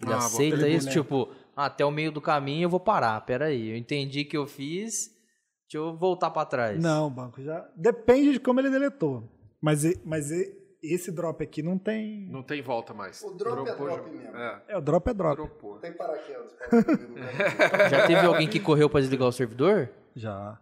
Ele Ah, vou- aceita ele isso? deleta. Tipo, "Ah, até o meio do caminho eu vou parar, peraí. Eu entendi que eu fiz, deixa eu voltar pra trás. Não, o banco já. Depende de como ele deletou. Mas, e- mas e- esse drop aqui não tem. Não tem volta mais. O drop é Dropou drop já. mesmo. É, É, o drop é drop. dropou. Tem paraquedas. [laughs] [laughs] Já teve alguém que correu pra desligar o servidor? Já.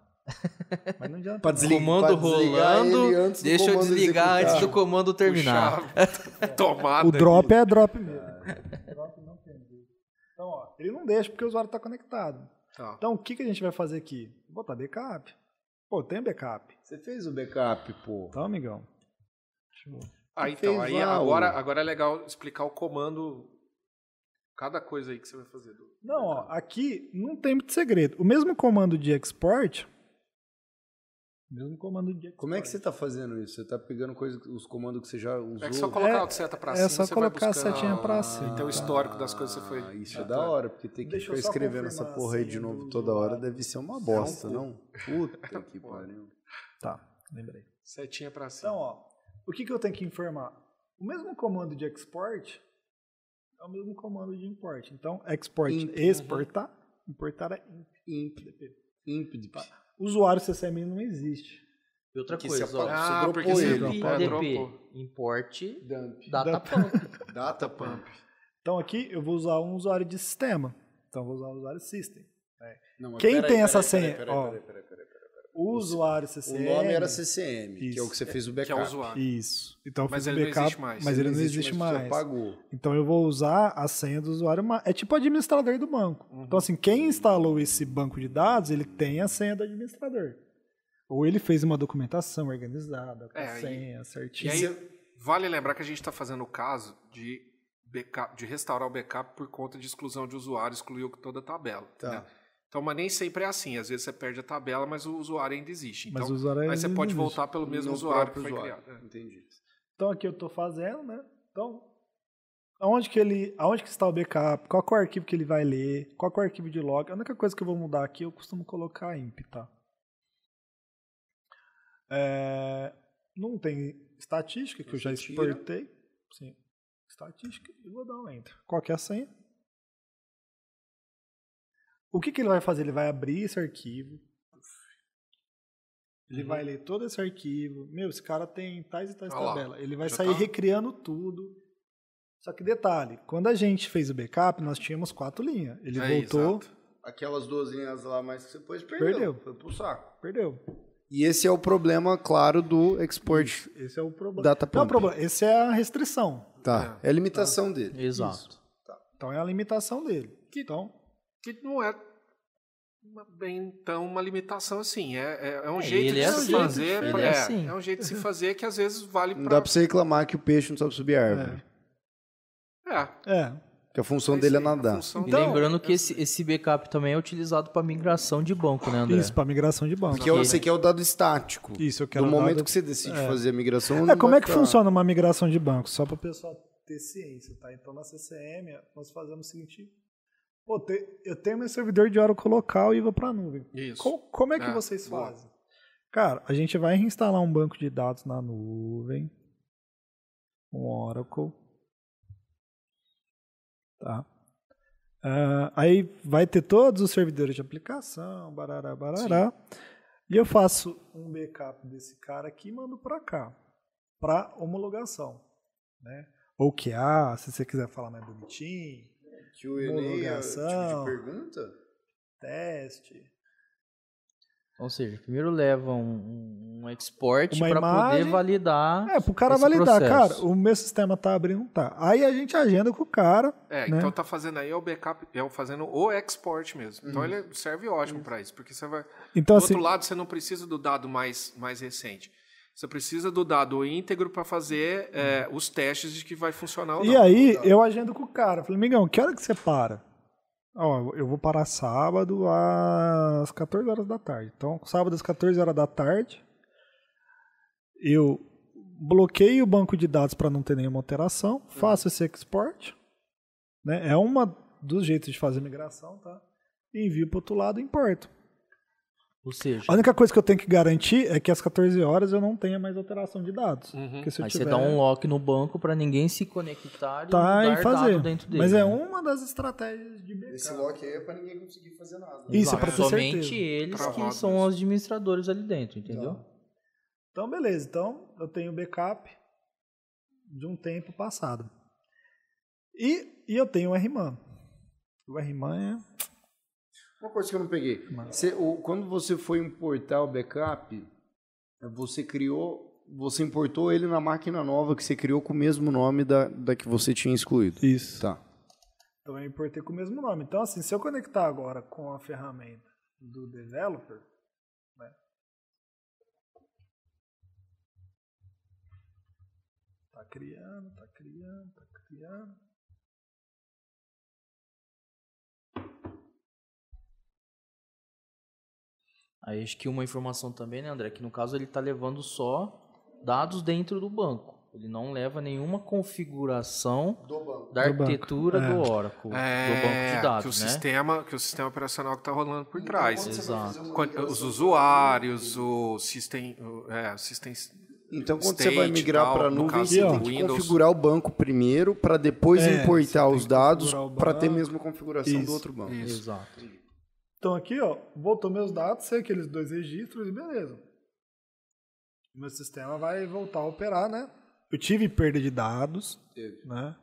Mas não adianta. Pra desligar, comando pra desligar ele rolando, antes do deixa eu comando desligar executar. antes do comando terminar. [laughs] Puxar a tomada. O aqui. drop é drop [laughs] mesmo. O drop não tem jeito. Então, ó, ele não deixa porque o usuário está conectado. Tá. Então, o que, que a gente vai fazer aqui? Vou botar backup. Pô, tem um backup. Você fez o backup, pô. Então, amigão. Deixa eu- Ah, Ele então, fez aí lá o- agora, agora é legal explicar o comando, cada coisa aí que você vai fazer. Du. Não, ó, aqui não tem muito segredo. O mesmo comando de export. o Mesmo comando de export. Como é que você tá fazendo isso? Você tá pegando coisa, os comandos que você já usou? É que só colocar É- a seta pra é cima, só você colocar vai a buscando setinha pra cima. Tem o histórico das coisas que você foi... Ah, Isso Ah, é da tá. hora, porque tem que Deixa eu ficar só escrevendo essa confirmar porra aí a de senha novo do toda hora. usuário. Deve ser uma bosta, Não, não? [laughs] Puta que pariu. Tá, lembrei. Setinha pra cima. Então, ó, o que, que eu tenho que informar? O mesmo comando de export é o mesmo comando de import. Então, export Imp. é exportar, importar é imp. Imp. Imp. Usuário CSM não existe. E outra Que se coisa, ó. apaga- Ah, dropou porque ele, você dropou. IDP, import, Dump. data [laughs] pump. Data pump. Então, aqui eu vou usar um usuário de sistema. Então, eu vou usar o usuário system. Não, mas Quem peraí, tem peraí, essa peraí, senha? peraí, Ó. peraí, peraí, peraí, peraí. O usuário O CCM. nome era CCM, que é o Isso. que você fez o que é backup. o usuário. Isso. Então, eu Mas fiz o ele não backup, existe mais. né? mas ele não existe mas você mais. Apagou. Então eu vou usar a senha do usuário. ma- É tipo administrador do banco. Uhum. Então, assim, quem instalou esse banco de dados, ele tem a senha do administrador. Ou ele fez uma documentação organizada, com É, a aí- senha E certinha. aí, é vale lembrar que a gente está fazendo o caso de, backup, de restaurar o backup por conta de exclusão de usuário, excluiu toda a tabela. Tá. né? Então, mas nem sempre é assim. Às vezes você perde a tabela, mas o usuário ainda existe. Então, Mas o usuário é aí você ainda pode existe. voltar pelo mesmo No usuário que próprio foi usuário. criado. é. Entendi. Então aqui eu estou fazendo, né? Então, aonde que ele. Aonde que está o backup? Qual que é o arquivo que ele vai ler? Qual que é o arquivo de log? A única coisa que eu vou mudar aqui, eu costumo colocar imp, tá? É, não tem estatística, que eu já Você tira. exportei. Sim. Estatística e vou dar um enter. Qual que é a senha? O que, que ele vai fazer? Ele vai abrir esse arquivo. Ele vai ler todo esse arquivo. Meu, esse cara tem tais e tais Uhum. Olha lá. tabelas. Ele vai Já sair tá. recriando tudo. Só que detalhe, quando a gente fez o backup, nós tínhamos quatro linhas. Ele É, voltou, exato. Aquelas duas linhas lá mais que você pôs, perdeu. Perdeu. Foi pro saco. perdeu. E esse é o problema, claro, do export. Esse é o problema. Data Não é o pump. problema, esse é a restrição. Tá. um É a limitação dele. Exato. Então é a limitação dele. Que- Então, Que não é uma- bem tão uma limitação assim. É, é, é um É, jeito ele de é se assim, fazer. ele é, é assim. é um jeito de se fazer que às vezes vale Não dá pra. pra você reclamar que o peixe não sabe subir a árvore. É, é. Que a função é dele é isso aí, a nadar. função E Então, dele- lembrando que esse, esse backup também é utilizado para migração de banco, né, André? é. Isso, pra migração de banco. Porque eu sei que é o dado estático. Isso, eu quero No dar momento do- que você decide fazer a migração. É, não como vai é que ficar- funciona uma migração de banco? Só para o pessoal ter ciência, tá? Então na CCM nós fazemos o seguinte: Pô, te- eu tenho meu servidor de Oracle local e vou para a nuvem. Isso. Co- como é que É, vocês boa. fazem? Cara, a gente vai reinstalar um banco de dados na nuvem, um Oracle, tá? Ah, aí vai ter todos os servidores de aplicação, barará, barará. E eu faço um backup desse cara aqui e mando para cá, para homologação, né? Ou QA, se você quiser falar mais bonitinho, Que o Enem é o tipo de Homologação. pergunta? teste. Ou seja, primeiro leva um, um- um export Uma para poder imagem. validar. É, pro cara esse validar, processo. cara, o meu sistema tá abrindo, não tá. Aí a gente agenda com o cara. É, né? então tá fazendo aí o backup, é o fazendo o export mesmo. Então ele serve ótimo pra isso, porque você vai. Então, Do assim, outro lado, você não precisa do dado mais, mais recente. Você precisa do dado íntegro para fazer é, os testes de que vai funcionar ou e não. aí eu agendo com o cara. Falei, amigão, que hora que você para? Ó, eu vou parar sábado às 14 horas da tarde. Então, sábado às 14 horas da tarde, eu bloqueio o banco de dados para não ter nenhuma alteração, Uhum. faço esse export, né? É uma dos jeitos de fazer migração, tá? E envio pro outro lado e importo. Ou seja, A única coisa que eu tenho que garantir é que às 14 horas eu não tenha mais alteração de dados. Uhum. Porque se eu aí tiver, você dá um lock no banco para ninguém se conectar e tá mudar e fazer. dado dentro dele. Mas é né? uma das estratégias de backup. Esse lock aí é pra ninguém conseguir fazer nada. Isso, é Exato. pra ter Somente certeza. eles Travado que são isso. os administradores ali dentro, entendeu? Então, beleza. Então, eu tenho backup de um tempo passado. E, e eu tenho o RMAN. O RMAN é... Uma coisa que eu não peguei. Mano. Você- o- quando você foi importar o backup, você criou, você importou ele na máquina nova que você criou com o mesmo nome da, da que você tinha excluído. Isso. Tá. Então, eu importei com o mesmo nome. Então, assim, se eu conectar agora com a ferramenta do developer, né? Tá criando, tá criando, tá criando. Aí acho que uma informação também, né, André? Que no caso ele está levando só dados dentro do banco. Ele não leva nenhuma configuração da Do banco, arquitetura do, é. Oracle, do banco É, de dados, que, o né? sistema, que o sistema operacional que está rolando por trás. Exato. Quando- os usuários, o sistema. É, o system, Então, quando State você vai migrar tal, para a no nuvem, caso você aqui, tem ó. que Windows. configurar o banco primeiro para depois É, importar você tem os que dados configurar o para ter a banco. mesma configuração do Isso. outro banco. Isso. Exato. Então aqui, ó, voltou meus dados, sei aqueles dois registros e beleza. Meu sistema vai voltar a operar, né? Eu tive perda de dados, Teve. né?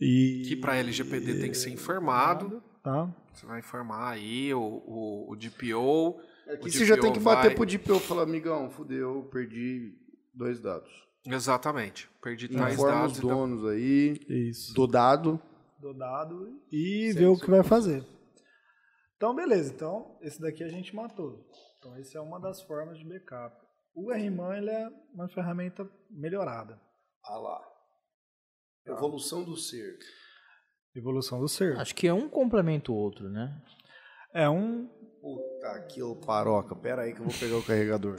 E que para LGPD tem que ser informado. tá? Você vai informar aí o, o, o DPO. Aqui É O você já DPO tem que bater vai- pro DPO e falar, amigão, fudeu, eu perdi dois dados. Exatamente. Perdi tais Informa dados. os e dá- donos aí Isso. do dado. do dado e ver o que vai fazer. Então, beleza. Então, esse daqui a gente matou. Então, essa é uma das formas de backup. O RMAN ele é uma ferramenta melhorada. Ah lá. Evolução do ser. Evolução do ser. Acho que é um complementa o outro, né? É um. Puta que o paroca. Pera aí que eu vou pegar o carregador.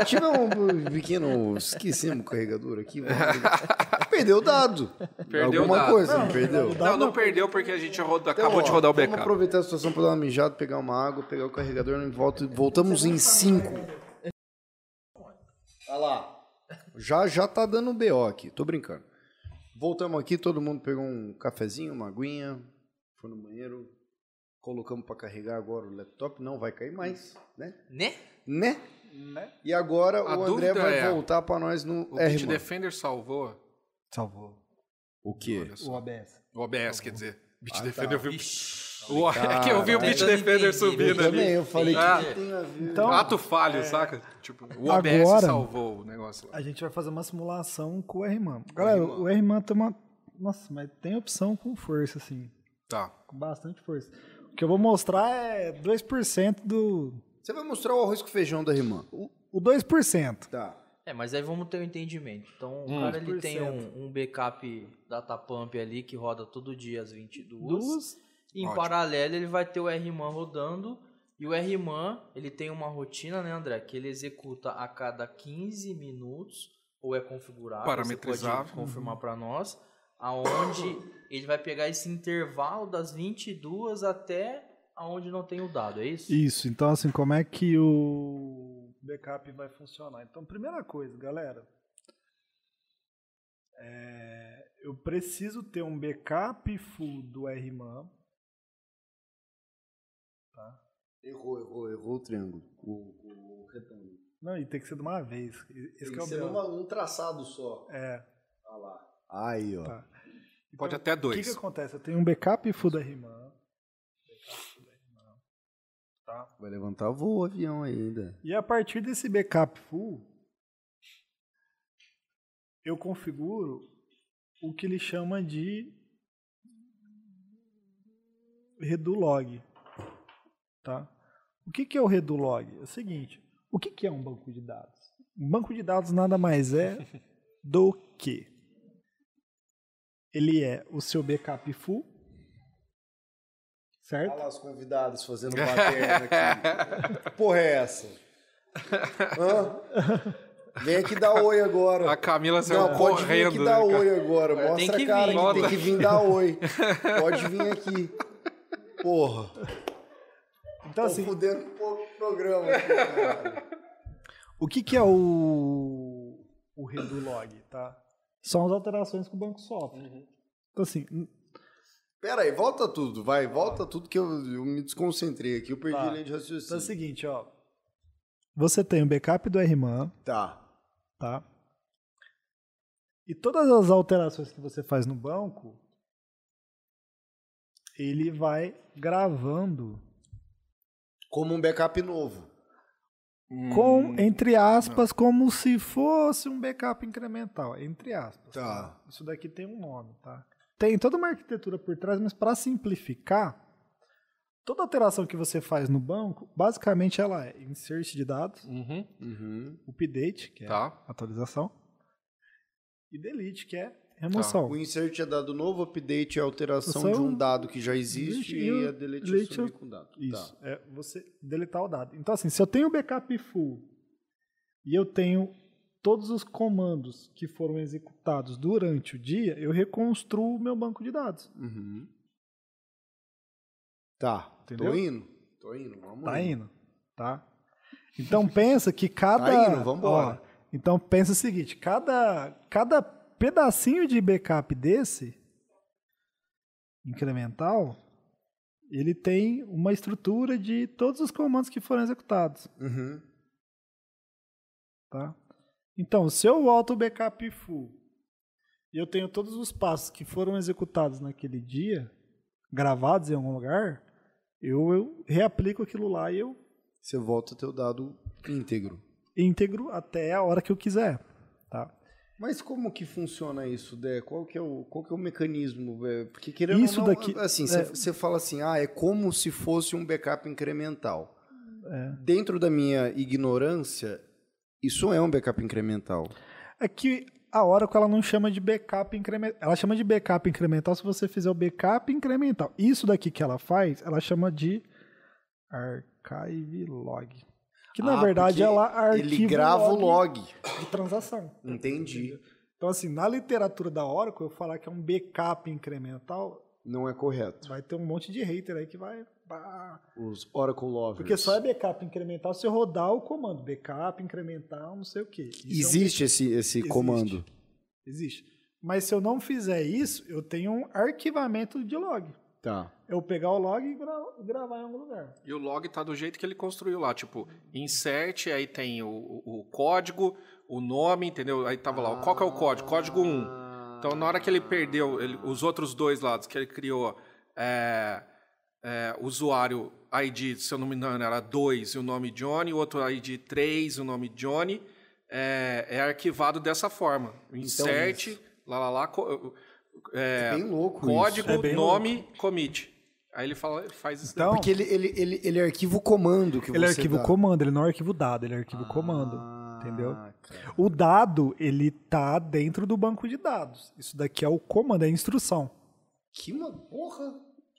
Ó, tive um pequeno. Esquecemos o carregador aqui. vamos- Perdeu o dado. Perdeu o Alguma dado. coisa, Não, perdeu. dado Não, não perdeu porque a gente roda- acabou Então, de ó, rodar o Vamos backup. aproveitar a situação para dar uma mijada, pegar uma água, pegar o carregador e volta. Voltamos em 5. Olha lá. Já, já tá dando BO aqui, tô brincando. Voltamos aqui, todo mundo pegou um cafezinho, uma aguinha, foi no banheiro, colocamos para carregar agora o laptop, não vai cair mais, né? Né? Né? Né? E agora A o André dúvida vai é, voltar para nós no O R, Git mano. Defender salvou Salvou. O quê? olha só, O ABS. o OBS, quer dizer. Bit Ah, Defender tá. foi- O hora que eu vi o Cara, Beach tentando Defender entender, subindo tentando tá ali. Também, eu falei Ah. que tem a ver. Então, Ato falho, saca? Tipo, o OBS Agora- salvou o negócio lá. A gente vai fazer uma simulação com o RMAN. Galera, o RMAN tem uma. Nossa, mas tem opção com força, assim. Tá. Com bastante força. O que eu vou mostrar é 2% do. Você vai mostrar o arroz com feijão da irmã. O, o 2%. Tá. É, mas aí vamos ter um entendimento. Então, Hum. o cara ele tem um, um backup datapump ali que roda todo dia às 22. Duas. E em Ótimo. paralelo, ele vai ter o RMAN rodando. E o RMAN, ele tem uma rotina, né, André? Que ele executa a cada 15 minutos, ou é configurável. Você Parametrizável. Uhum. pode confirmar para nós. Aonde [coughs] ele vai pegar esse intervalo das 22 até aonde não tem o dado, é isso? Isso, então assim, como é que o backup vai funcionar? Então, primeira coisa, galera. é, eu preciso ter um backup full do RMAN. Errou, errou, errou o triângulo. O, o retângulo. Não, e tem que ser de uma vez. Esse que é o ser belo. uma- um traçado só. É. Olha lá. Aí, ó. Tá. Pode até O que, dois. que acontece? Eu tenho um backup full da RMAN. Vai levantar voo o avião ainda. E a partir desse backup full, eu configuro o que ele chama de redo log. Tá? O que, que é o redo log? É o seguinte, o que, que é um banco de dados? Um banco de dados nada mais é do que ele é o seu backup full, certo? Olha lá os convidados [laughs] fazendo baterna aqui. Que porra é essa? Hã? Vem aqui dar oi agora. A Camila saiu Não, pode vir correndo. aqui né, dar cara? oi agora. É, Tem Mostra que a cara vir. que Volta. tem que vir dar [laughs] oi. Pode vir aqui. Porra. Então Tô fudendo um pouco o programa aqui, cara. O que, que é o, o redo log, tá? São as alterações que o banco sofre. Então, assim, n- Pera aí, volta tudo, vai. Volta tudo que eu, eu me desconcentrei aqui. Eu perdi Tá. a linha de então é o raciocínio. seguinte, ó. Você tem o backup do RMAN, Tá. tá? E todas as alterações que você faz no banco, ele vai gravando Como um backup novo. Hum. com, Hum. entre aspas, como se fosse um backup incremental, entre aspas. Tá. Isso daqui tem um nome, tá? Tem toda uma arquitetura por trás, mas para simplificar, toda alteração que você faz no banco, basicamente ela é insert de dados, Uhum. Uhum. update, que é Tá. atualização, e delete, que é remoção. Tá. O insert é dado novo, update é alteração Só de um um- dado que já existe Existe e e a o delete delete sumir é- com o dado. Tá. Isso, é você deletar o dado. Então assim, se eu tenho o backup full e eu tenho todos os comandos que foram executados durante o dia, eu reconstruo o meu banco de dados. Uhum. Tá. Entendeu? Tô indo? Tô indo, vamos Tá indo, tá? Então [laughs] pensa que cada. Tá indo, vambora. Ó, Então pensa o seguinte: cada, cada pedacinho de backup desse, incremental, ele tem uma estrutura de todos os comandos que foram executados, Uhum. tá? Então, se eu volto o backup full e eu tenho todos os passos que foram executados naquele dia, gravados em algum lugar, eu, eu reaplico aquilo lá e eu Você volta teu dado íntegro. íntegro até a hora que eu quiser. Tá? Mas como que funciona isso, Dé? Qual que é o, qual que é o mecanismo? é? Porque querendo Isso ou não, daqui- é. assim, você você fala assim, ah, é como se fosse um backup incremental. É. Dentro da minha ignorância, isso é um backup incremental. É que a Oracle ela não chama de backup incremental. Ela chama de backup incremental se você fizer o backup incremental. Isso daqui que ela faz, ela chama de archive log. Que na Ah, verdade porque ela arquiva Ele grava o log. de transação. Entendi. Então assim, na literatura da Oracle, eu falar que é um backup incremental, Não é correto. vai ter um monte de hater aí que vai... "Bah, Os Oracle Lovers. Porque só é backup incremental se eu rodar o comando. Backup, incremental, não sei o quê. Isso é um Existe esse, esse Existe. comando. Existe. Mas se eu não fizer isso, eu tenho um arquivamento de log. Tá. Eu pegar o log e gra- gravar em algum lugar. E o log tá do jeito que ele construiu lá, tipo, insert, aí tem o, o- o código, o nome, entendeu? Aí tava lá, qual que é o código? Código 1. Então, na hora que ele perdeu ele- os outros dois lados que ele criou, é, é, é, usuário ID, se eu não me engano, era 2 e o nome Johnny, o outro ID 3 e o nome Johnny, é, é arquivado dessa forma. Então, Insert, isso. lá, lá, lá, co- É, bem louco código, É bem nome, commit. Aí ele fala, faz isso. Então, Porque ele, ele, ele, ele arquiva o comando que ele é você arquivo dá. comando, ele não é arquivo dado, ele é arquivo comando. Ah, entendeu? cara. O dado, ele tá dentro do banco de dados. Isso daqui é o comando, é a instrução. Que uma porra.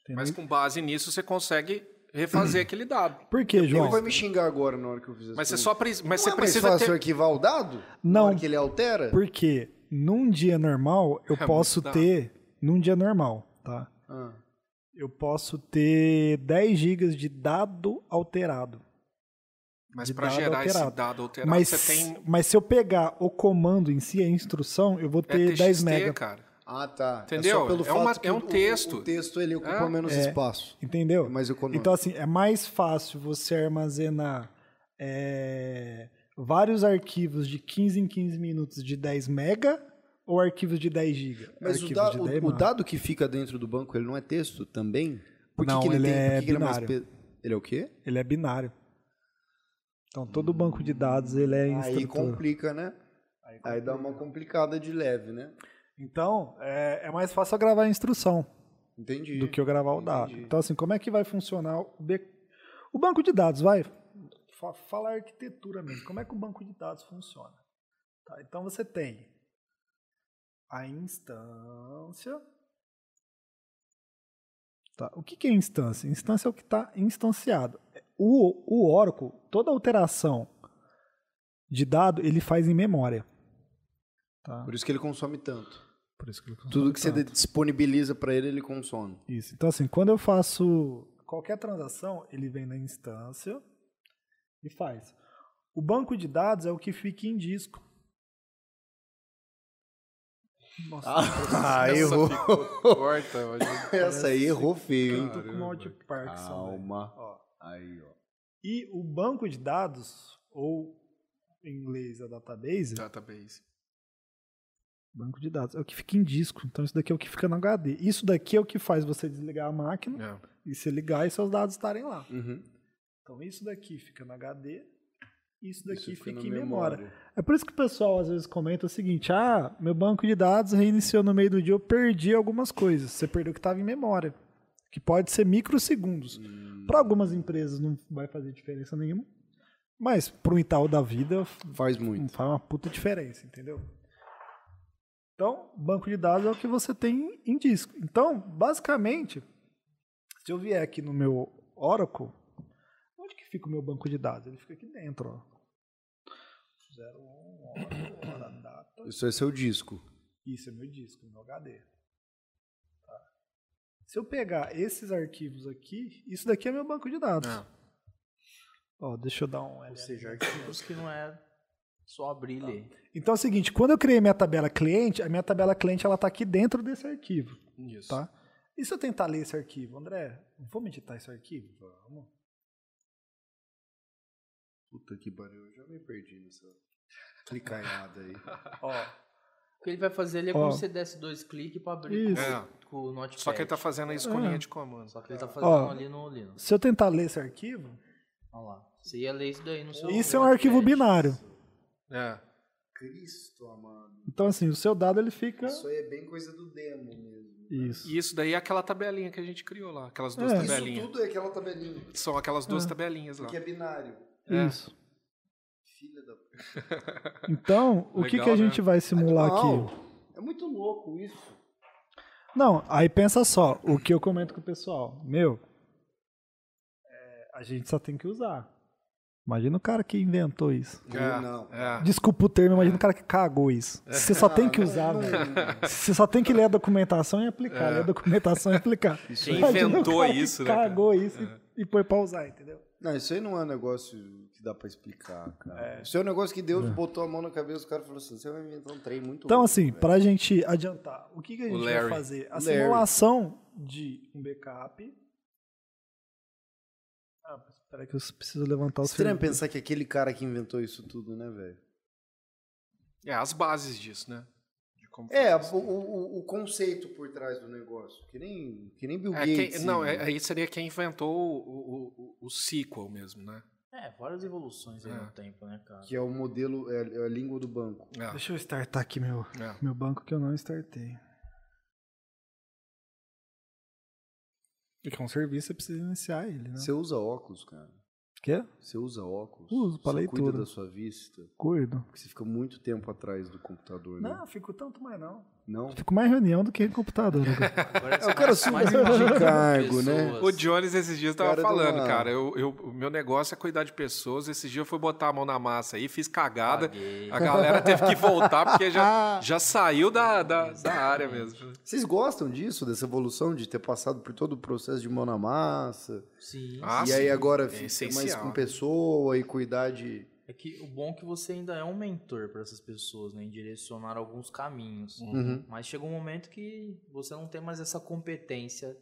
Entendeu? Mas com base nisso você consegue [clears throat] refazer aquele dado. Por quê, Ele João? vai me xingar agora na hora que eu fizer Mas você só pre- mas você é precisa mais fácil ter arquivar o dado? Não. Na hora que ele altera? Porque num dia normal, eu É posso muito dado. ter... Num dia normal, tá? Ah. Eu posso ter 10 GB de dado alterado. Mas de para dado gerar esse alterado. dado alterado, mas, você tem mas se eu pegar o comando em si, a instrução, eu vou é ter 10 TXT, mega. cara. [laughs] Ah, tá. Entendeu? É, só pelo É uma- fato que é um o- o- texto. O, texto ele ocupa É. menos É. espaço. Entendeu? É mais econômico. Então, assim, é mais fácil você armazenar é, vários arquivos de 15 em 15 minutos de 10 mega ou arquivos de 10 GB? Mas o, arquivos da- de né? o- 10 o mega. dado que fica dentro do banco, ele não é texto também? Por que, Não, que ele, ele tem, é por que que ele mais binário. pe- Ele é o quê? Ele é binário. Então, todo banco de dados, ele é em Aí estrutura. complica, né? Aí dá uma complicada de leve, né? Então, é, é mais fácil eu gravar a instrução. Entendi. do que eu gravar o dado. Entendi. Então, assim, como é que vai funcionar o, B- o banco de dados? Vai, fa- fala a arquitetura mesmo. Como é que o banco de dados funciona? Tá, então, você tem a instância. Tá, o que, que é instância? Instância é o que está instanciado. O, o Oracle, toda alteração de dado, ele faz em memória. Tá? Por isso que ele consome tanto. Por isso que ele Tudo que você tanto. disponibiliza pra ele, ele consome. Isso. Então, assim, quando eu faço qualquer transação, ele vem na instância e faz. O banco de dados é o que fica em disco. Nossa, [laughs] Ah, Essa errou. Uhum. ficou torta hoje. Essa aí errou feio, eu hein? tô com uma de Parkinson. velho. Calma. Ó. Aí, né? ó. E o banco de dados, ou em inglês a database, Tá. Database. banco de dados é o que fica em disco. Então, isso daqui é o que fica no HD. Isso daqui é o que faz você desligar a máquina É. e se ligar e seus dados estarem lá. Uhum. Então isso daqui fica na HD, isso daqui Isso fica, na em memória. É por isso que o pessoal às vezes comenta o seguinte: ah, meu banco de dados reiniciou no meio do dia, eu perdi algumas coisas. Você perdeu o que estava em memória, que pode ser microsegundos. Para algumas empresas não vai fazer diferença nenhuma, mas para um Itaú da vida Faz muito. faz uma puta diferença, entendeu? Então, banco de dados é o que você tem em disco. Então, basicamente, se eu vier aqui no meu Oracle, onde que fica o meu banco de dados? Ele fica aqui dentro, ó. 01 Oracle, hora data. Isso é seu disco. Isso é meu disco, meu HD. Tá. Se eu pegar esses arquivos aqui, isso daqui é meu banco de dados. É. Ó, deixa eu dar um Ah. Ou seja, arquivos que não é só abrir e Tá. ler. Então é o seguinte, quando eu criei minha tabela cliente, a minha tabela cliente ela tá aqui dentro desse arquivo, é, Isso. tá? E se eu tentar ler esse arquivo, André? Vamos editar esse arquivo? Vamos. Puta que pariu, eu já me perdi nessa clicanhada [laughs] aí. Ó, O que ele vai fazer ali é Ó. como se você desse dois cliques pra abrir Isso. É. com, com o notepad. Só que ele tá fazendo isso com É. linha de comando. Só que ele tá fazendo Ó. ali no Linux. se eu tentar ler esse arquivo, Olha lá. Você ia ler isso daí no seu isso é um arquivo notepad. binário. É. Cristo amado. Então assim, o seu dado ele fica Isso aí é bem coisa do demo mesmo. isso. E isso daí é aquela tabelinha que a gente criou lá. Aquelas duas É. Isso Isso tabelinhas. tudo é aquela tabelinha, São aquelas duas tabelinhas lá. porque é binário. Isso. Filha da puta. Então, o que Legal, que a né? gente vai simular aqui? É muito louco isso. Não, aí pensa só, o que eu comento com o pessoal, meu, é, a gente só tem que usar. Imagina o cara que inventou isso. É, Não. é. Desculpa o termo, imagina o cara que cagou isso. Você só tem [laughs] que não, usar, não, velho. não. Você só tem que ler a documentação e aplicar, ler a documentação e aplicar. É. [laughs] Isso É. Quem aí, Imagina o inventou cara que isso, né? cara? Cagou isso e, e põe pra usar, entendeu? não, isso aí não é um negócio que dá pra explicar, cara. Isso é um negócio que Deus botou a mão na cabeça do cara e falou assim, você vai inventar um trem muito Então, louco, assim, velho." pra gente adiantar, o que, que a O gente Larry. vai fazer? O A Larry. simulação de um backup. Ah, mas peraí que eu preciso levantar os Estranho filhos. pensar que aquele cara que inventou isso tudo, né, velho? É, as bases disso, né? De como É, fazer o, isso. o- o conceito por trás do negócio. Que nem, que nem Bill É, Gates. quem- não, né? é- aí seria quem inventou o, o, o, o sequel mesmo, né? É, várias evoluções aí É. no tempo, né, cara? Que é o modelo, é, é a língua do banco. É, Deixa eu startar aqui meu, é. meu banco que eu não startei. Porque é um serviço, você precisa iniciar ele, né? Você usa óculos, cara. Quê? Você usa óculos. Uso pra Você leitura. cuida da sua vista. Cuido. Porque você fica muito tempo atrás do computador, né? Não, fico tanto mais não. Não? Fico mais em reunião do que em computador. Né? Agora É, o cara são subiu de imagem cargo, né? pessoas. O Jones esses dias tava Cara de uma- falando, cara, eu, eu- o meu negócio é cuidar de pessoas. Esse dia eu fui botar a mão na massa aí, fiz cagada. Paguei. A galera teve [laughs] que voltar porque [laughs] Ah, já, já saiu da, da, da área mesmo. Vocês gostam disso, dessa evolução de ter passado por todo o processo de mão na massa? Sim. Ah, e sim, aí agora é fica mais essencial. com pessoa e cuidar de. É que o bom é que você ainda é um mentor para essas pessoas, né? Em direcionar alguns caminhos. Uhum. Mas chega um momento que você não tem mais essa competência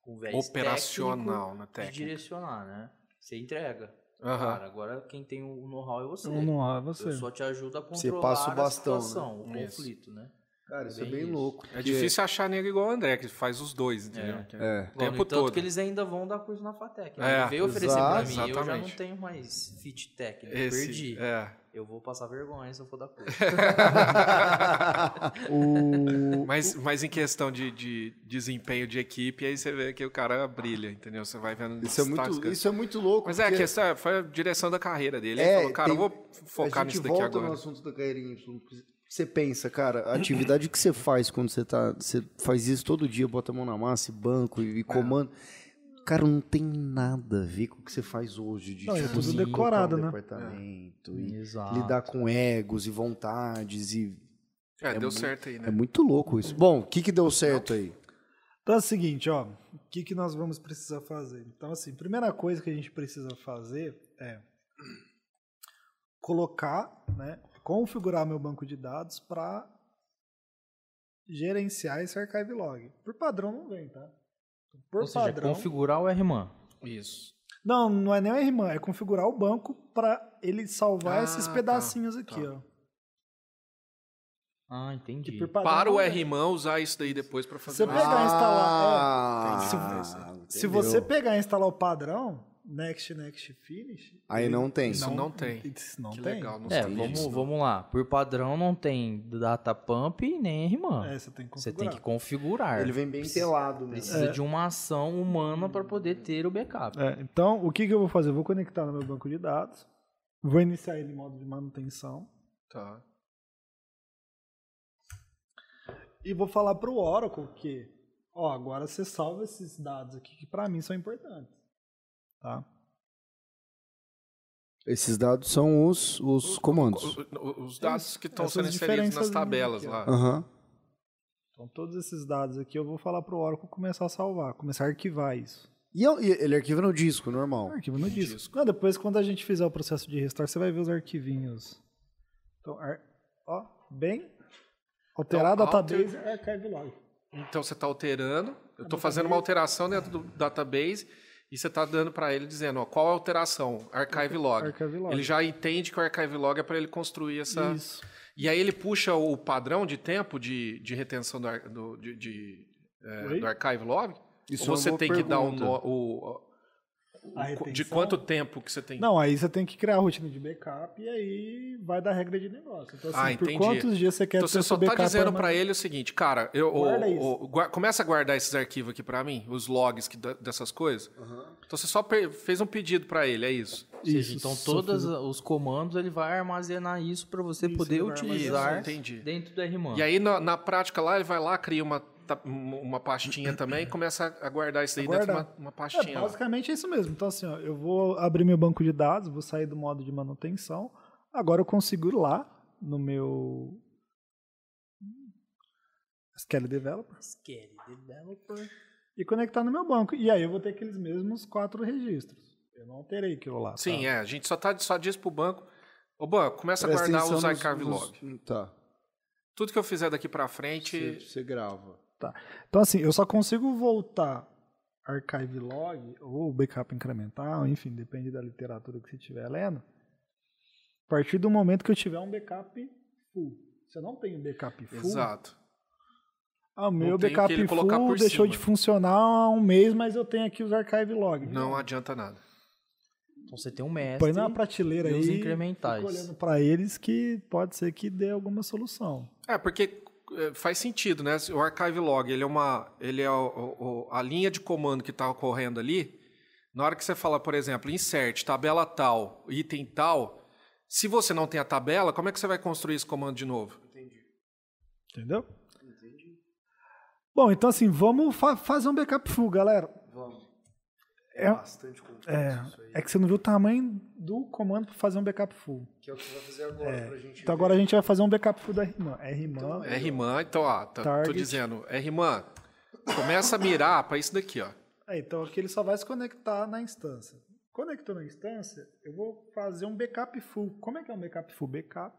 com É, viés Operacional na técnico de técnica. direcionar, né? Você entrega. Aham. Cara, agora quem tem o know-how é você. Eu não ah, Eu você. só te ajuda a controlar Você passa o bastão, a situação, o Isso. conflito, né? Cara, isso é Bem bem isso. louco. É porque- difícil achar nego igual o André, que faz os dois, entendeu? É. É. Agora, tempo no entanto todo. que eles ainda vão dar curso na FATEC. É, Né? Ele veio oferecer pra mim, exato. eu já não Exatamente. tenho mais fit técnico, Esse- perdi. é. [laughs] Eu vou passar vergonha se eu for dar curso. O... Mas, mas em questão de, de desempenho de equipe, aí você vê que o cara brilha, entendeu? Você vai vendo Isso é destaques, muito, cara. isso é muito louco. Mas é, a porque questão é, foi a direção da carreira dele. Ele É, falou, cara, tem- eu vou focar a gente nisso daqui volta agora. no assunto da carreirinha Y. porque Você pensa, cara, a atividade que você faz quando você tá. Você faz isso todo dia, bota a mão na massa, e banco É. e, e comando. Cara, não tem nada a ver com o que você faz hoje. De, Não, é tipo, tudo assim, decorado, tocar um né? É. Departamento, e Exato. lidar com egos e vontades e É, deu muito- certo aí, né? É muito louco isso. Bom, o que que deu certo aí? Então é o seguinte, ó. O que, que nós vamos precisar fazer? Então, assim, primeira coisa que a gente precisa fazer é colocar, né? Configurar meu banco de dados para gerenciar esse archive log. Por padrão não vem, tá? Por Ou seja, configurar o RMAN. Isso. Não, não é nem o RMAN, é configurar o banco para ele salvar Ah, esses tá, pedacinhos aqui, tá. ó. Ah, Que entendi. por padrão Para o não vem. R-Mão usar isso daí depois pra fazer Você mais. pega- tá Ah, instalar, é. Ah, Se entendeu. você pegar e instalar o padrão, next, next, finish. Aí não tem. Isso não tem. Isso não Que tem. legal, não É, sei vamos, disso, não. vamos lá. Por padrão não tem data pump nem RMAN. É, você tem que Você configurar. tem que configurar. Ele vem bem É. telado mesmo. Precisa de uma ação humana para poder ter o backup. É, então, o que, que eu vou fazer? Eu vou conectar no meu banco de dados, vou iniciar ele em modo de manutenção Tá. e vou falar para o Oracle que, ó, agora você salva esses dados aqui que para mim são importantes. Tá? Esses dados são os, os comandos. O- o- Os dados que estão Essas sendo inseridos nas diferenças tabelas aqui, ó. lá. Aham. Então, todos esses dados aqui eu vou falar para o Oracle começar a salvar, começar a arquivar isso. E eu- e ele arquiva no disco, normal. Arquivo no disco. disco. Não, depois, quando a gente fizer o processo de restore, você vai ver os arquivinhos. Então, ar- ó, bem alterado Então, a alter- database archive log. Então você está alterando, eu estou fazendo uma alteração dentro do database e você está dando para ele dizendo ó, qual a alteração, archive log. Archive log. Ele já tá, entende que o archive log é para ele construir essa. Isso. E aí ele puxa o padrão de tempo de, de retenção do, ar- do, de, de, é, Oi? do archive log. Isso é Ou uma você boa tem que dar um o, pergunta. no- o- A o- de retenção? quanto tempo que você tem. Não, aí você tem que criar a rotina de backup e aí vai da regra de negócio. Então, assim, Ah, por entendi. quantos dias você quer Então ter você só seu está backup? dizendo armazenado? para ele o seguinte, cara, eu, o- Guarda isso. o- gua- começa a guardar esses arquivos aqui para mim, os logs que da- dessas coisas. Então você só pe- fez um pedido para ele, é isso. Ou seja, Isso, então só todos fiz- os comandos ele vai armazenar isso para você Isso, poder ele vai utilizar armazenar. Entendi. dentro do RMAN. E aí, na, na prática lá, ele vai lá, cria uma, ta- um- uma pastinha também e começa a guardar isso aí dentro de Guardar. uma, uma É, pastinha. lá. basicamente é isso mesmo. Então, assim, ó, eu vou abrir meu banco de dados, vou sair do modo de manutenção. Agora eu consigo ir lá no meu SQL Developer e conectar no meu banco. E aí eu vou ter aqueles mesmos quatro registros. Eu não alterei aquilo lá. Sim, tá? é. A gente só, tá, só diz pro banco. Ô, banco, começa a guardar os archive log. Tá. Tudo que eu fizer daqui pra Você, frente. você grava. Então, assim, eu só consigo voltar archive log ou backup incremental, enfim, depende da literatura que você estiver lendo, a partir do momento que eu tiver um backup full. Se eu não tenho backup full, Exato. ah, o meu Não tem o que backup ele colocar full por deixou cima. de funcionar há um mês, mas eu tenho aqui os archive log. Não adianta nada. Então você tem um mestre Põe na prateleira e aí. os fica incrementais. olhando pra eles que pode ser que dê alguma solução. É, porque eh, faz sentido, né? O archive log, ele é uma. Ele é o- o- a linha de comando que está ocorrendo ali. Na hora que você fala, por exemplo, insert, tabela tal, item tal, se você não tem a tabela, como é que você vai construir esse comando de novo? Entendeu? Entendi. Bom, então assim, vamos fa- fazer um backup full, galera. É bastante complexo isso aí. É que você não viu o tamanho do comando pra fazer um backup full. Que é o que você vai fazer agora pra gente. Então agora a gente vai fazer um backup full da RMAN. RMAN. É rimã, então, ó, tá, tô Target. dizendo, é rimã, começa a mirar para isso daqui, ó. É, então aqui ele só vai se conectar na instância. Conectou na instância, eu vou fazer um backup full. Como é que é um backup full? Backup.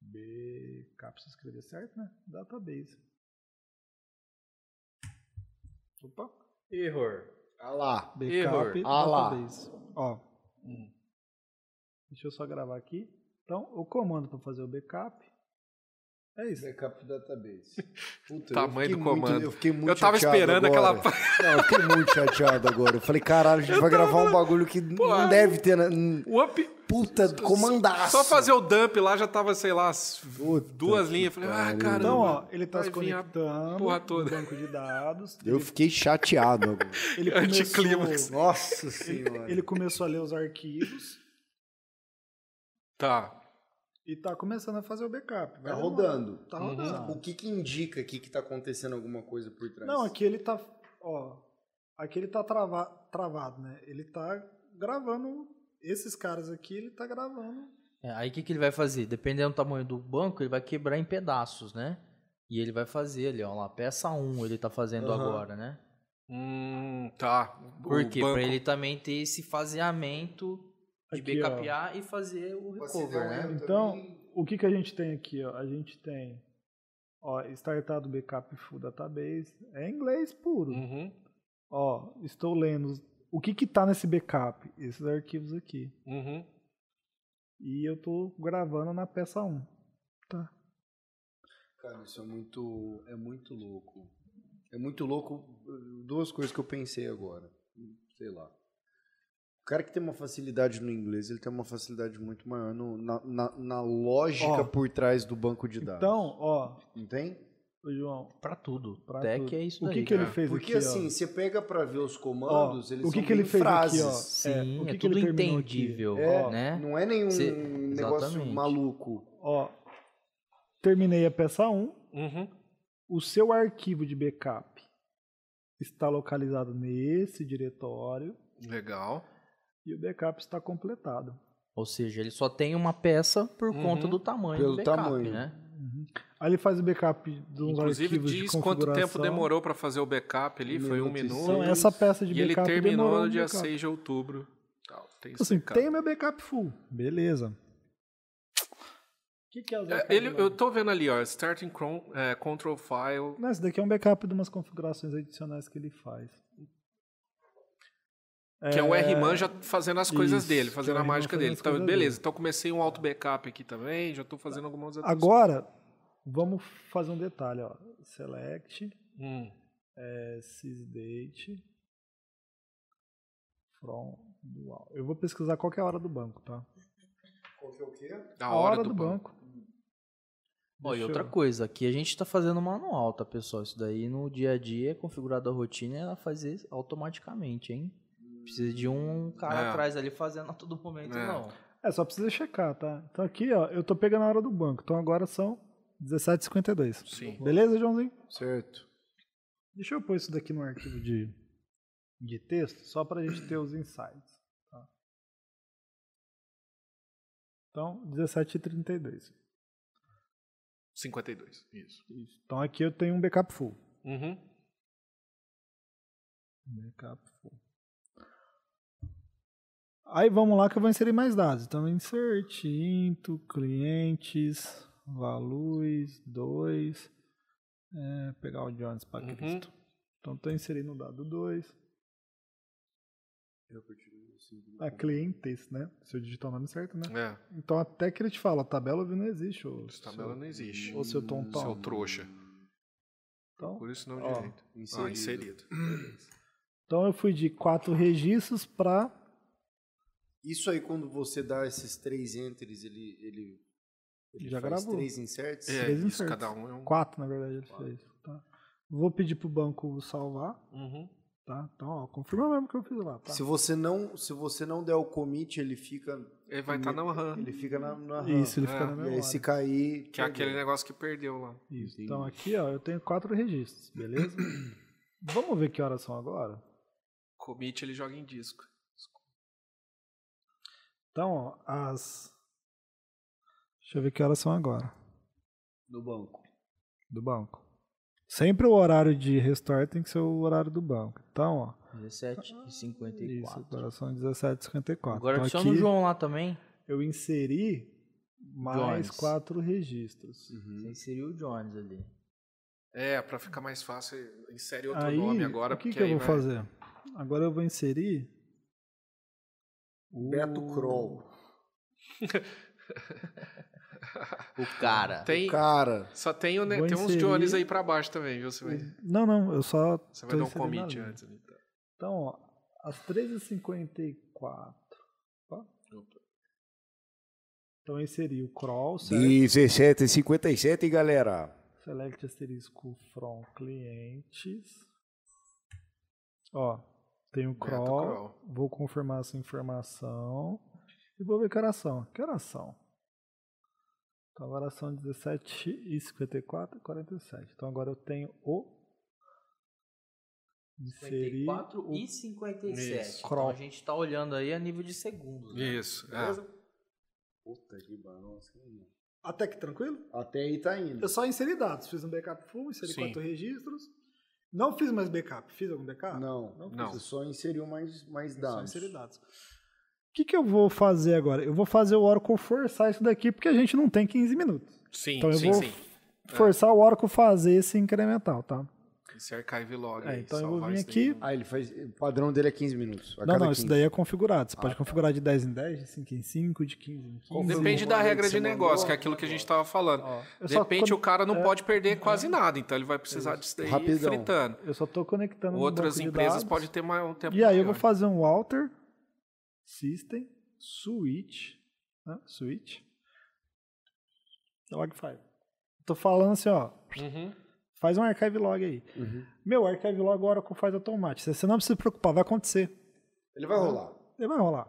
Backup, se escrever certo, né? Database. Opa. Error. Ah lá. Backup Error. Hum. Ah lá. database. Ó. Deixa eu só gravar aqui. Então, o comando para fazer o backup é isso. Backup [laughs] database. Puta, Tamanho eu fiquei do muito- comando. eu fiquei muito Eu tava chateado esperando agora. aquela Não, [laughs] eu fiquei muito chateado agora. Eu falei, caralho, a gente vai gravar um bagulho que não deve ter. Na... O up, Puta, comandaço. só fazer o dump lá já tava, sei lá, as Puta duas que linhas. Falei, ah, pariu. caramba. Então, ó, ele tá vai se vir a conectando porra no toda. banco de dados. Eu ele, fiquei chateado [laughs] agora. ele Anticlímax. começou, Nossa senhora. ele começou a ler os arquivos Tá. e tá começando a fazer o backup. Vai Tá demorar. rodando. Uhum. Tá rodando. O que que indica aqui que tá acontecendo alguma coisa por trás? Não, aqui ele tá. Ó, aqui ele tá trava, travado, né? Ele tá gravando. Esses caras aqui, ele tá gravando. É, aí o que, que ele vai fazer? Dependendo do tamanho do banco, ele vai quebrar em pedaços, né? E ele vai fazer ali, ó lá, peça 1 ele tá fazendo Aham. agora, né? Hum, tá. Por O quê? banco- Pra ele também ter esse faseamento de Aqui, ó. backupear e fazer o recover, né? Então, o que, que a gente tem aqui? Ó? A gente tem ó, startado backup full database. É inglês puro. Uhum, Ó, estou lendo os- o que que tá nesse backup, esses arquivos aqui. uhum. E eu tô gravando na peça 1. Cara, isso é muito, é muito louco. É muito louco. eh, Duas coisas que eu pensei agora. Sei lá. O cara que tem uma facilidade no inglês, ele tem uma facilidade muito maior no- na, na- na lógica Ó. por trás do banco de dados. Então, ó, não tem? ô João, Pra tudo. Pra Tech tudo. é isso o daí. que que ele É cara. fez Porque aqui, assim, ó? você pega pra ver os comandos, Ó, eles o que são que ele bem fez aqui, frases. ó? É, Sim, o que é que tudo ele terminou aqui? entendível, É, né? Não é nenhum Cê- negócio Exatamente. maluco. Ó, terminei a peça 1. Uhum. O seu arquivo de backup está localizado nesse diretório Legal. e o backup está completado. Ou seja, ele só tem uma peça por Uhum. conta do tamanho Pelo do backup, tamanho. né? Aí ele faz o backup dos Inclusive arquivos diz de quanto configuração. tempo demorou pra fazer o backup ali, foi um Minuto e minuto. Então, seis. essa peça de E ele backup terminou demorou no um dia backup. 6 de outubro. Tal, tem Então, esse É, assim, backup. tem meu backup full. Beleza. O que, que é o É, backup? ele, lá? eu tô vendo ali, ó, starting cron- é, control file. Não, esse daqui é um backup de umas configurações adicionais que ele faz. Que é o R-Man já fazendo as coisas Isso, dele, que fazendo é o a R-Man mágica fazendo dele. as Então, coisas beleza, então comecei um auto backup aqui também, já tô fazendo algumas outras Agora, vamos fazer um detalhe. Ó. Select, Hum, é, sysdate, from dual. Eu vou pesquisar qual que é a hora do banco, tá? Qual que é o quê? a hora do banco. Ó, e Deixa outra eu- coisa, aqui a gente tá fazendo manual, tá, pessoal? Isso daí no dia a dia é configurado a rotina e ela faz isso automaticamente, hein? Precisa de um cara É. atrás ali fazendo a todo momento, É. não. É, só precisa checar, tá? Então aqui, ó, eu tô pegando a hora do banco. Então agora são 17h52. Sim. Beleza, Joãozinho? Certo. Deixa eu pôr isso daqui num arquivo de, de texto, só para a gente ter os insights. tá? Então, 17h32. 52, isso. Isso. Então aqui eu tenho um backup full. Uhum. Backup full. Aí vamos lá que eu vou inserir mais dados. Então, insert, into, clientes, values, 2. É, pegar o Jones para Uhum. Cristo. Então, estou inserindo o dado 2. a É clientes, né? Se eu digitar o nome certo, né? É, Então até que ele te fala, tabela view não existe. Ou essa tabela não existe. Ou seu tom pau. Seu trouxa. Então, Por isso não Ó, direito. Ah, inserido. então eu fui de quatro registros pra. Isso aí, quando você dá esses três enters, ele, ele, ele Já faz gravou. três inserts? É, Três isso, inserts. cada um é um. Quatro, na verdade, ele fez. tá? Vou pedir pro banco salvar, Uhum. tá? Então, ó, confirma mesmo que eu fiz lá, tá? Se, você não, se você não der o commit, ele fica, Ele vai estar tá na RAM, ele fica na, na RAM. Isso, ele É, fica na e E memória. aí, se cair... que é aquele negócio que perdeu lá. Isso. Então aqui, ó, eu tenho quatro registros, beleza? Vamos ver que horas são agora? Commit ele joga em disco. Então, ó, as. Deixa eu ver que horas são agora. No banco. Do banco. Sempre o horário de restore tem que ser o horário do banco. Então, ó. 17 e Isso, 54. agora são 17h54. Agora então, adiciona o aqui João lá também. eu inseri mais Jones. Uhum. quatro registros. Você inseriu o Jones ali. É, pra ficar mais fácil, insere outro aí, nome agora. o que, porque que eu aí vou vai- fazer? Agora eu vou inserir o Beto Kroll. O cara. Tem, Cara, só tem, o ne- Vou tem uns inserir- Jones aí pra baixo também, viu? Você vai, Não, não, eu só você vai dar um inserindo a commit linha. antes. ali, tá? Então, ó, às 13h54. Opa. Então eu inseri o crawl, select, 17h57, galera. select asterisco from clientes. Ó, tem o Beto crawl, crawl. Vou confirmar essa informação. E vou ver que horas são. Que horas são? Então agora são 17h54 e 47. Então agora eu tenho o. Inserir. 54 o- e 57. Isso. Então a gente tá olhando aí a nível de segundos. Né? Isso. Ah. é. Beleza? Puta que barulho. Até que tranquilo? Até aí tá indo. Eu só inseri dados, fiz um backup full, inseri Sim. quatro registros. Não fiz mais backup, fiz algum backup? Não, Não. Você só inseriu mais, mais fiz, só dados. inseri dados. O que, que eu vou fazer agora? Eu vou fazer o Oracle forçar isso daqui, porque a gente não tem 15 minutos. Sim, Então eu sim, vou- sim. Forçar o Oracle fazer esse incremental, tá? Esse archive log. É, aí, então eu vou salvar vir isso daí. aqui. Ah, ele faz. O padrão dele é 15 minutos. A não, cada não, 15. isso daí é configurado. Ah, Você pode tá. configurar de 10 em 10, de 5 em 5, de 15 em 15. Depende Sim. da Sim. regra de Sim. negócio, que é aquilo que a gente estava falando. Ó, eu De só repente con- o cara não é, pode perder quase nada, então ele vai precisar disso daí Rapidão. fritando. Eu só tô conectando no Outras banco de empresas dados. podem ter mais um tempo E aí eu maior. vou fazer um alter system switch, né? switch log file. Tô falando assim, ó, Uhum. faz um archive log aí. Meu archive log agora faz automático. Você não precisa se preocupar, vai acontecer. Ele vai rolar. Ele vai rolar.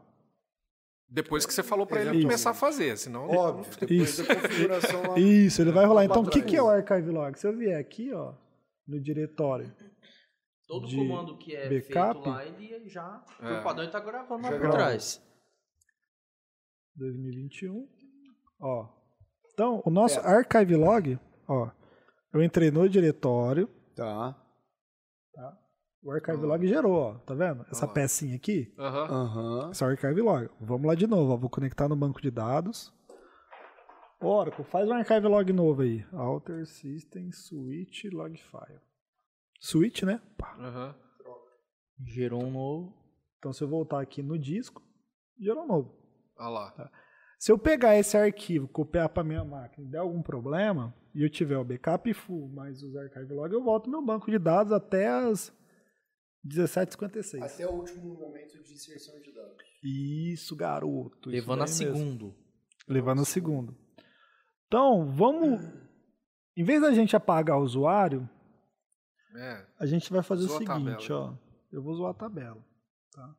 Depois que você falou pra ele Isso. começar a fazer, senão... Óbvio. Depois Isso. da configuração lá. [laughs] Isso, ele vai rolar. Então, o pra que, trás. que é o archive log? Se eu vier aqui, ó, no diretório, Todo De comando que é backup? feito lá, ele já. É. Por padrão, ele tá gravando lá Já por gravou. trás. 2021, ó. Então, o nosso archive log, ó, eu entrei no diretório, Tá. O archive log gerou, ó, tá vendo? Essa lá. pecinha aqui, Aham. Aham. essa archive log. Vamos lá de novo, ó, vou conectar no banco de dados. Oracle, faz um archive log novo aí. Alter System Switch Log File. Switch, né? Pá. Aham. Gerou um novo. Então se eu voltar aqui no disco, gerou um novo. Olha lá. Se eu pegar esse arquivo, copiar para minha máquina e der algum problema, e eu tiver o backup full mais os archive log, eu volto meu banco de dados até as 17h56. Até o último momento de inserção de dados. Isso, garoto. isso Levando a daí mesmo. segundo. Levando o segundo. Então, vamos. Em vez da gente apagar o usuário, É. a gente vai fazer Zoa o a seguinte, tabela. ó. Eu vou zoar a tabela. Tá?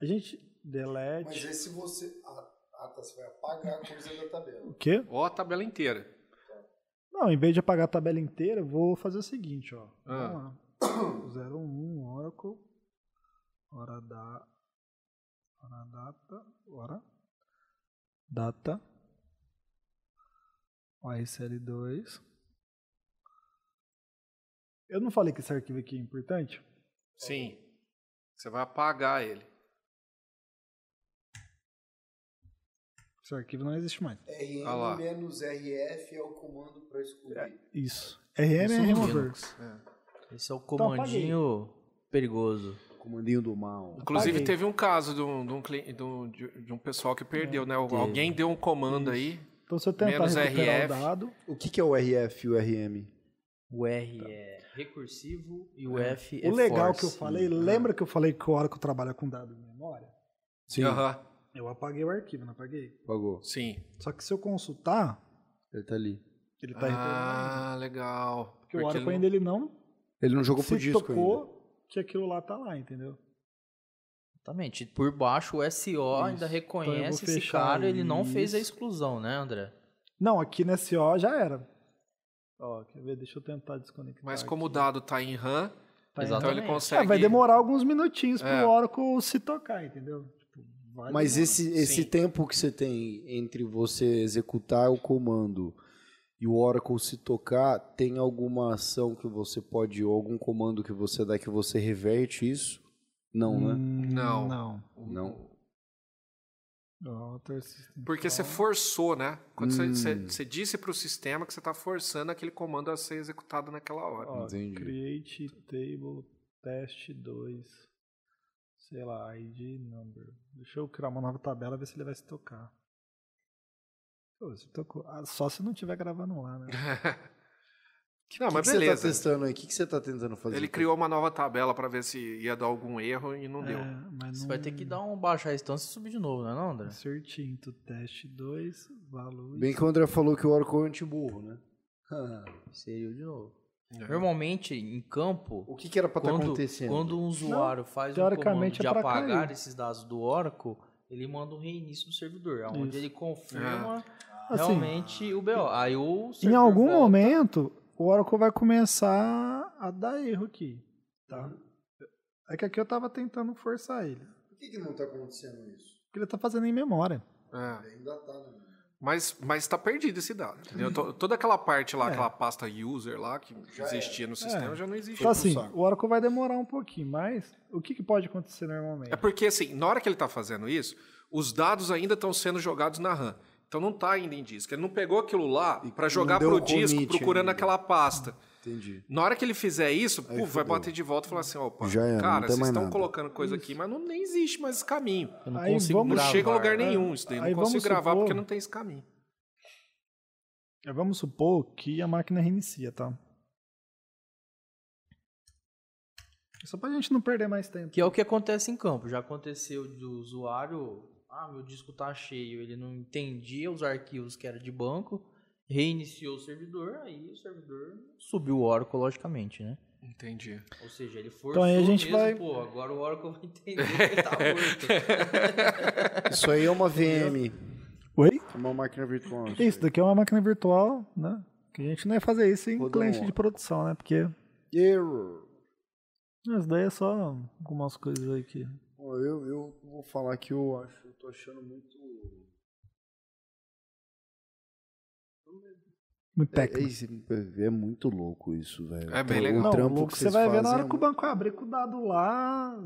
A gente. Mas Delete. é se você. Ah, ah, tá. Você vai apagar a coisa da tabela. O quê? Ó a tabela inteira. Não, em vez de apagar a tabela inteira, eu vou fazer o seguinte, ó. Ah. Vamos lá. 01 Oracle. Hora da. Hora data. Hora. Data. OSL2. Eu não falei que esse arquivo aqui é importante? Sim. Você vai apagar ele. Esse arquivo não existe mais. Ah lá. RM-RF é o comando para excluir. Isso. RM é Isso no remover. Linux. Esse é o Então, apaguei. comandinho perigoso. Comandinho do mal. Inclusive, Apaguei. teve um caso de um, de um, cli- de um- de um pessoal que perdeu, né? Alguém deu um comando aí. Então, se eu tentar Menos recuperar RF. o dado, O que, que é o RF e o RM? O R é recursivo e o F é Tá. o legal que eu force. falei, lembra que eu falei que o Oracle trabalha com dado de memória? Sim. Aham, Eu apaguei o arquivo, não apaguei. Pagou. sim. Só que se eu consultar, Ele tá ali. ele tá retornando. Ah, legal. Porque o Oracle ele ainda ele não Ele não jogou pro se disco tocou ainda. que aquilo lá tá lá, entendeu? Exatamente. Por baixo, o SO ainda reconhece Então eu Então, vou esse fechar cara, ele não fez a isso. exclusão, né, André? Não, aqui na SO já era. Ó, quer ver? Deixa eu tentar desconectar. Mas como o aqui. dado tá em RAM, Tá Exato. então ele entrando. Exatamente. consegue. É, vai demorar alguns minutinhos É. pro Oracle se tocar, entendeu? Tipo, vai Mas demorar. esse, esse Sim. tempo que você tem entre você executar o comando e o Oracle se tocar, tem alguma ação que você pode, ou algum comando que você dá que você reverte isso? Não, né? Hum, Não. Não. Não. Outer system Porque você call. forçou, né? Quando você- Hum. você, você disse pro sistema que você tá forçando aquele comando a ser executado naquela hora. Ó, Entendi. Create table test 2. Sei lá, ID number. Deixa eu criar uma nova tabela ver se ele vai se tocar. Pô, se tocou. Ah, só se não estiver gravando [laughs] lá, né? Ah, não, O mas que, que você tá beleza. testando aí? O que, que você tá tentando fazer? ele criou uma nova tabela para ver se ia dar algum erro e não deu. É, mas Você não... vai ter que dar um baixar a instância e subir de novo, né, não, André? Insert into test 2, valores. Bem que o André falou que o Oracle é antiburro, né? Seria de novo. É. Normalmente, em campo, O que, que era pra estar quando, acontecendo? quando um usuário faz um comando tá teoricamente de é pra apagar cair. esses dados do Oracle, ele manda um reinício do servidor, onde Isso. ele confirma Assim, realmente o BO. Aí o Em servidor algum volta. momento, o Oracle vai começar a dar erro aqui. Tá? Uhum. É que aqui eu tava tentando forçar ele. Por que, que não tá acontecendo isso? Porque ele tá fazendo em memória. É. Ainda tá, né? Mas, mas tá perdido esse dado. entendeu? To- Toda aquela parte lá, Hum. É. aquela pasta user lá que existia no sistema É. já não existe. Então, assim, saco. o Oracle vai demorar um pouquinho, mas o que, que pode acontecer normalmente? É porque, assim, na hora que ele está fazendo isso, os dados ainda estão sendo jogados na RAM. Então não está ainda em disco. Ele não pegou aquilo lá E para não jogar deu pro o disco commit procurando ainda. aquela pasta. Entendi. Na hora que ele fizer isso, Aí puf, fudeu. vai bater de volta e falar assim, opa, Já era, não cara, tem vocês mais estão nada. colocando coisa aqui, mas não nem existe mais esse caminho. Eu não Aí consigo vamos- Não gravar. chega a lugar né? nenhum isso daí. Aí não consigo vamos gravar supor- porque não tem esse caminho. É, Vamos supor que a máquina reinicia, tá? Só pra gente não perder mais tempo. Que é o que acontece em campo. Já aconteceu do usuário. Ah, meu disco tá cheio. Ele não entendia os arquivos que era de banco. Reiniciou o servidor, aí o servidor subiu o Oracle, logicamente, né? Entendi. Ou seja, ele forçou Então aí a gente mesmo, vai- pô, agora o Oracle vai entender que [laughs] ele tá morto. Isso aí é uma VM. Oi? É uma máquina virtual. [laughs] Isso daqui é uma máquina virtual, né? Que a gente não ia fazer isso em Rodou cliente um de produção, né? Porque Error. isso daí é só algumas coisas aí que. Pô, Eu, eu vou falar que eu acho, eu tô achando muito. Muito É, técnico. é- é muito louco isso, velho. É bem O legal. Não, trampo louco, que você vai ver na hora fazem é que o banco abrir com o dado lá.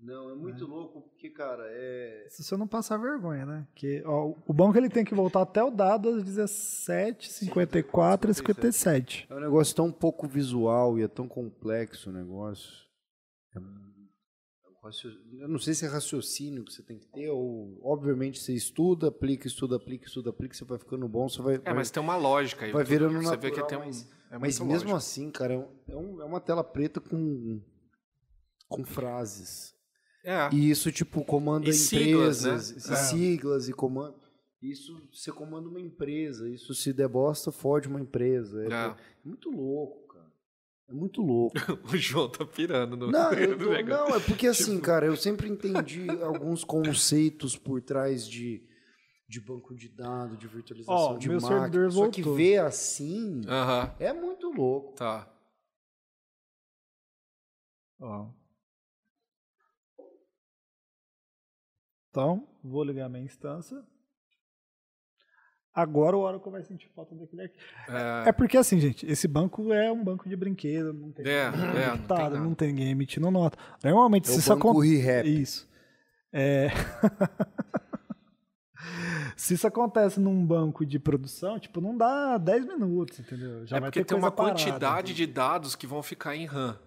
Não, é muito louco porque, cara, é. Se você não passar vergonha, né? Porque ó, o banco ele tem que voltar até o dado às 17, 54 e 57. É um negócio tão pouco visual e é tão complexo o negócio. É um- é um racio- Eu não sei se é raciocínio que você tem que ter, ou obviamente você estuda, aplica, estuda, aplica, estuda, aplica, você vai ficando bom, você vai. É, vai- mas tem uma lógica aí. vai virando Você vê natural, que tem um. mas- é mas muita mesmo lógica. assim, cara, é, um- é um- é uma tela preta com, com frases. É. E isso, tipo, comanda E siglas, empresas, né? e siglas e comanda. Isso você comanda uma empresa. Isso se der bosta, fode uma empresa. É, É. é muito louco, cara. É muito louco. [laughs] O João tá pirando [laughs] no. Não, eu no tô- negócio. não, é porque Tipo, assim, cara, eu sempre entendi alguns conceitos por trás de, de banco de dados, de virtualização Ó, de meu máquina. servidor Só que voltou. ver assim Aham, é muito louco. tá. Ó. Então, vou ligar minha instância. Agora o Oracle vai sentir falta daquele arquivo. É porque assim, gente, esse banco é um banco de brinquedo, não tem É, é, não tem computado, nada. não tem ninguém emitindo nota. Normalmente, É se o isso banco acontece. re-rap. Isso. É. [laughs] Se isso acontece num banco de produção, tipo, não dá 10 minutos, entendeu? Já é vai porque ter tem uma coisa parada, quantidade de dados que vão ficar em RAM.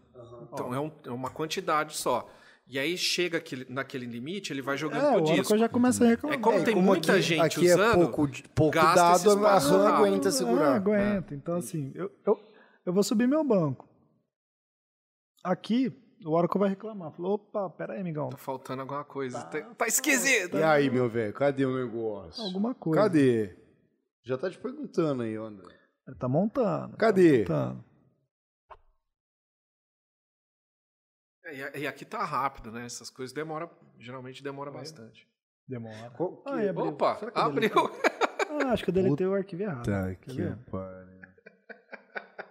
Então é, um- é uma quantidade só. E aí chega aquele- naquele limite, ele vai jogando pro É, o Oracle disco. já começa a reclamar. É como e tem muita aqui, gente aqui usando, é pouco, de- pouco gasta esse dado, a espaço RAM rápido. aguenta segurar. É, Ah, aguenta. Então, assim, eu, eu, eu vou subir meu banco. Aqui, o Oracle vai reclamar. Falou, opa, pera aí, amigão. Tá faltando alguma coisa. Tá, tá esquisito. E aí, meu velho, cadê o negócio? Alguma coisa. Cadê? Já tá te perguntando aí, André. Ele tá montando. Cadê? Tá montando. E, e aqui tá rápido, né? Essas coisas demora, geralmente É. demora bastante. Demora. Qual que- Ah, é, abriu. Opa, Será que eu abriu. [laughs] Ah, acho que eu deletei o arquivo errado. Puta que Quer ver? pariu.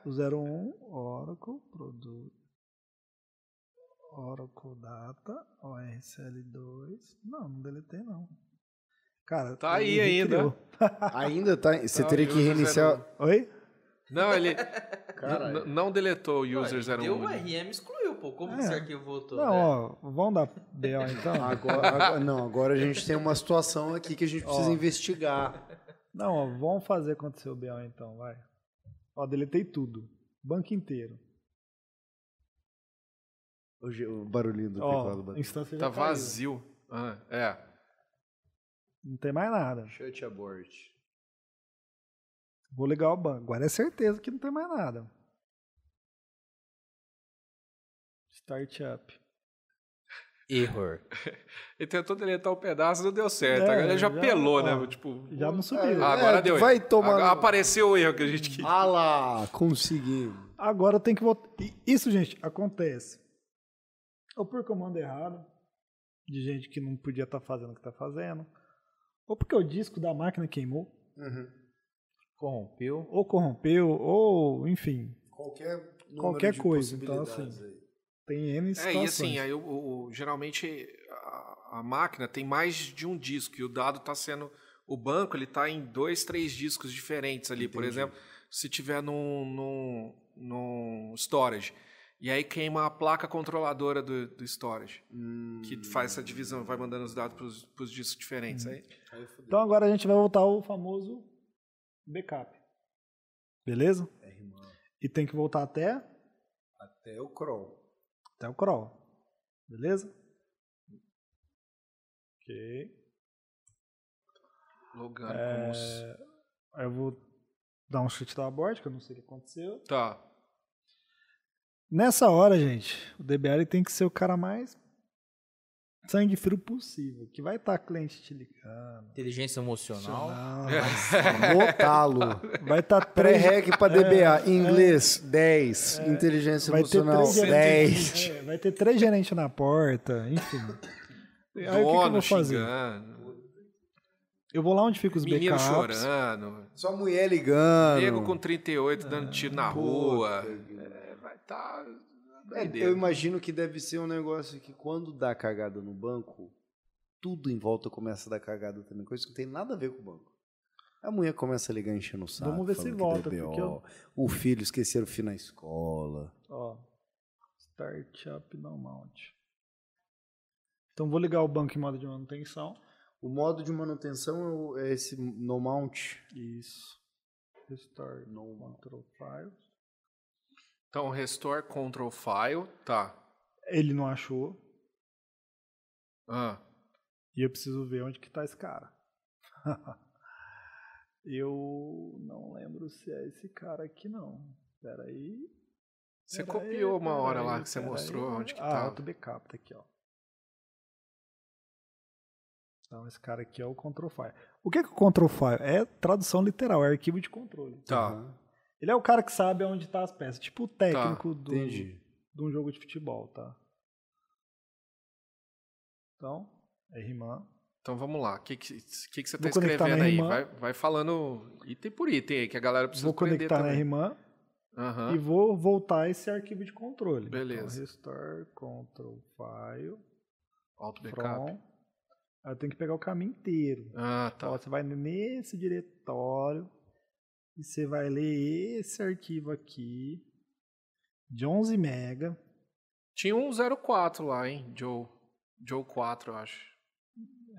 O 01 Oracle Produto Oracle Data ORCL2. Não, não deletei não. Cara, Tá aí ele ainda. recriou. Ainda tá. Você Tá, teria que user reiniciar. Oi? Não, ele Caralho. n- não deletou o user Ué, Deu 01. uma né? RM, excluiu, pô. Como um, É. que esse arquivo voltou? Não, né? ó, vamos dar BO [laughs] então? Agora, agora- não, agora a gente tem uma situação aqui que a gente precisa Ó. investigar. Não, ó, vamos fazer acontecer o BO então, vai. Ó, deletei tudo. Banco inteiro. Hoje, o barulhinho do teclado Ó, bateu. instância já Tá caiu. vazio. Ah, é. Não tem mais nada. Shut abort. Vou ligar o banco. Agora é certeza que não tem mais nada. Startup. Error. Ele tentou deletar um pedaço, não deu certo. É, Agora ele já, já- pelou, ó, né? Tipo, Já não subiu. ah, agora É, deu. vai erro. tomar Agora no- Apareceu o erro que a gente quis. Ah lá, conseguimos. Agora eu tenho que voltar. E Isso, gente, acontece. Ou por comando errado, de gente que não podia estar fazendo o que está fazendo, ou porque o disco da máquina queimou, Corrompeu. ou corrompeu, ou enfim, Qualquer, número Qualquer de coisa, então, possibilidades aí. tem N É, situações. e assim, aí o, o- geralmente a, a máquina tem mais de um disco e o dado está sendo. O banco ele está em dois, três discos diferentes ali. Por Entendi. exemplo, se tiver num, num, num storage. E aí queima a placa controladora do, do storage, Hum, que faz essa divisão, vai mandando os dados para os discos diferentes. Aí, aí fudeu. Então agora a gente vai voltar ao famoso backup. Beleza? É, irmão, E tem que voltar até, Até o crawl. até o crawl. Beleza? Ok. logando como. se- É, aí eu vou dar um chute da borda, que eu não sei o que aconteceu. Tá. Nessa hora, gente, o DBL tem que ser o cara mais sangue frio possível, que vai estar cliente te ligando. Inteligência emocional. Não, um Botá-lo. Vai tá [laughs] estar [laughs] Pré-rec pra DBA. Inglês, 10. Inteligência É, vai ter emocional, três 10. gerentes, é, vai ter três gerentes na porta, enfim. Aí o que que, eu Dono vou fazer? xingando, Eu vou lá onde fica os menino backups. chorando, Só mulher ligando. nego com 38 Ah, dando tiro na rua. É, vai tá. É, eu doideira. imagino que deve ser um negócio que quando dá cagada no banco, tudo em volta começa a dar cagada também. Coisa que não tem nada a ver com o banco. A mulher começa a ligar enchendo o saco. Vamos ver se falando que volta, deu porque eu- BO, O filho esqueceram o fio na escola. Ó, startup não mount. Então vou ligar o banco em modo de manutenção. O modo de manutenção é o- é esse no mount. Isso. Restore no control files. Então, restore control file, tá. Ele não achou. Ah, E eu preciso ver onde que tá esse cara. [laughs] eu não lembro se é esse cara aqui não. Peraí. você peraí, copiou uma peraí, hora lá que você peraí. mostrou onde que ah, tá. outro backup tá aqui, ó. Então esse cara aqui é o control file. O que é, que é o control file? É tradução literal, é arquivo de controle. Tá. Aham, Ele é o cara que sabe onde tá as peças, tipo o técnico Tá, do Entendi. de um jogo de futebol, tá? Então, é rimar. Então vamos lá. O que, que, que, que você tá Vou conectar escrevendo na aí? irmã. Vai, vai falando item por item aí, que a galera precisa Vou aprender conectar na também. RMAN Aham. e vou voltar esse arquivo de controle. Beleza. Então, restore control file Auto backup. from. Aí eu tenho que pegar o caminho inteiro. Ah, Ó, tá. você vai nesse diretório e você vai ler esse arquivo aqui de 11 mega. Tinha um 04 lá, hein? Joe. Joe 4, eu acho.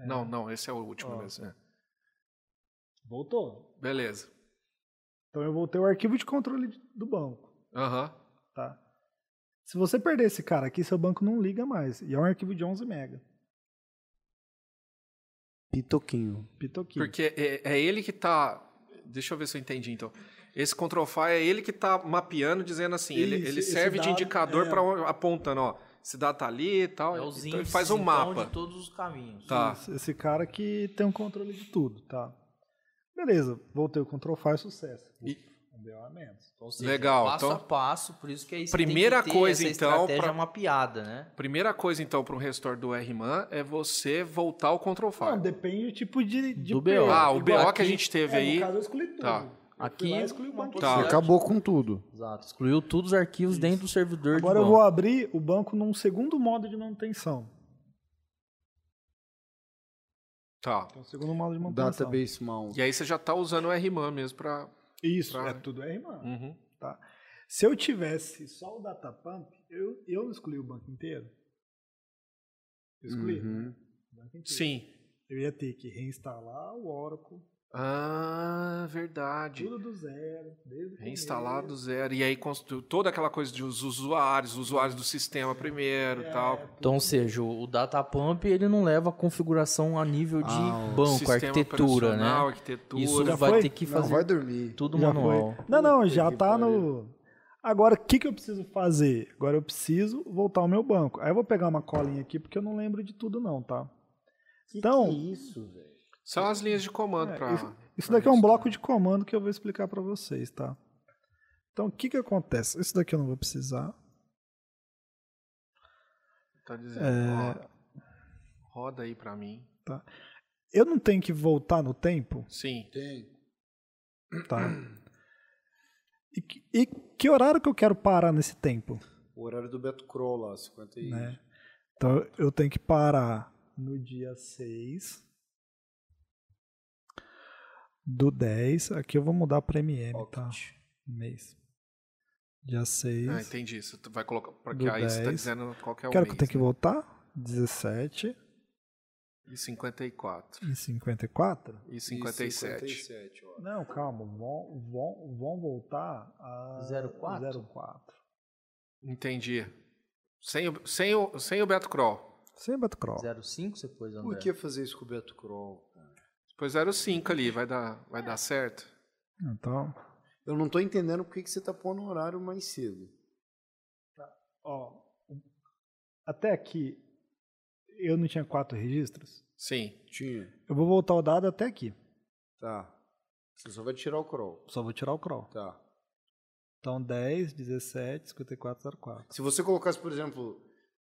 Não, não, esse é o último Ó. mesmo. é. Voltou. Beleza. Então eu voltei o arquivo de controle de- do banco. Aham. tá? Se você perder esse cara aqui, seu banco não liga mais. E é um arquivo de 11 mega. Pitoquinho. Pitoquinho. Porque é, é ele que tá. Deixa eu ver se eu entendi, então. Esse control fire é ele que tá mapeando, dizendo assim, ele, Isso, ele esse serve de dado, indicador é. pra para apontando, ó, cidade tá ali e tal. É então os ele índices, faz um então, mapa. de todos os caminhos. Tá. Então, Esse- Esse cara que tem um controle de tudo, tá? Beleza, voltei o Control Fire, sucesso. E- Um BO a menos. Ou seja, Legal, Passo então- a passo, por isso que é isso. Primeira tem que ter coisa, essa então, estratégia pra- mapeada, né? Primeira coisa, então, para um restore do RMAN é você voltar o control fire. Não, depende do tipo de, de Do perda. BO. ah, o Igual BO que aqui- a gente teve é, aí. No caso, eu excluí tudo. Tá. Eu fui Aqui, lá e excluí o uma banco. Tá. Você acabou com tudo. Exato. Excluiu todos os arquivos dentro do servidor Agora eu de banco. vou abrir o banco num segundo modo de manutenção. Tá. Tem um segundo modo de é manutenção. Database mount. E aí você já tá usando o RMAN mesmo para. Isso, Pra- é né? tudo R, mano. Uhum. Se eu tivesse só o data pump, eu, eu não excluí o banco inteiro. Eu excluí Uhum. o banco inteiro. Sim. Eu ia ter que reinstalar o Oracle, Ah, verdade. tudo do zero, desde o Reinstalar do começo. zero. E aí construiu toda aquela coisa de os usuários, os usuários do sistema primeiro e tal. Então, ou seja, o data pump ele não leva a configuração a nível de Ah, o banco, Sistema arquitetura, operacional, né? arquitetura. Isso Já vai foi? ter que Não, fazer vai dormir. tudo Já manual. foi. Não, não, já que tá pariu. no. Agora, o que, que eu preciso fazer? Agora eu preciso voltar ao meu banco. Aí eu vou pegar uma colinha aqui, porque eu não lembro de tudo, não, tá? Então- que é isso, velho? São as linhas de comando É, pra. Isso daqui é um bloco de comando que eu vou explicar para vocês, tá? Então, o que que acontece? Isso daqui eu não vou precisar. Tá É. dizendo, ó, roda aí pra mim. Eu não tenho que voltar no tempo, Sim. Tem. tá? E, que- e que horário que eu quero parar nesse tempo? O horário do Beto Kroll lá, 50 e... né? Então eu tenho que parar no dia 6 do 10. Aqui eu vou mudar para MM, tá? Mês. Dia 6. Ah, entendi. Você vai colocar. Porque Do aí você tá 10. dizendo qual que é o Quero que eu mês, tenha que né? voltar? 17 E 54. e 54? E 57. ó. Não, calma. Vão, vão, vão voltar a 04? 04. Entendi. Sem o, sem o, sem o Beto Kroll. Sem Batcrawl. 05 você pôs, André? Por que fazer isso com o Beto Kroll? cara? Depois 05 ali, vai dar, vai dar certo? Então, Eu não tô entendendo por que que você tá pondo um horário mais cedo. ó, até aqui eu não tinha quatro registros. Sim. Tinha. Eu vou voltar o dado até aqui. Tá. Você só vai tirar o Kroll. Só vou tirar o crawl. Tá. Então 10, 17, 54, 04. Se você colocasse, por exemplo,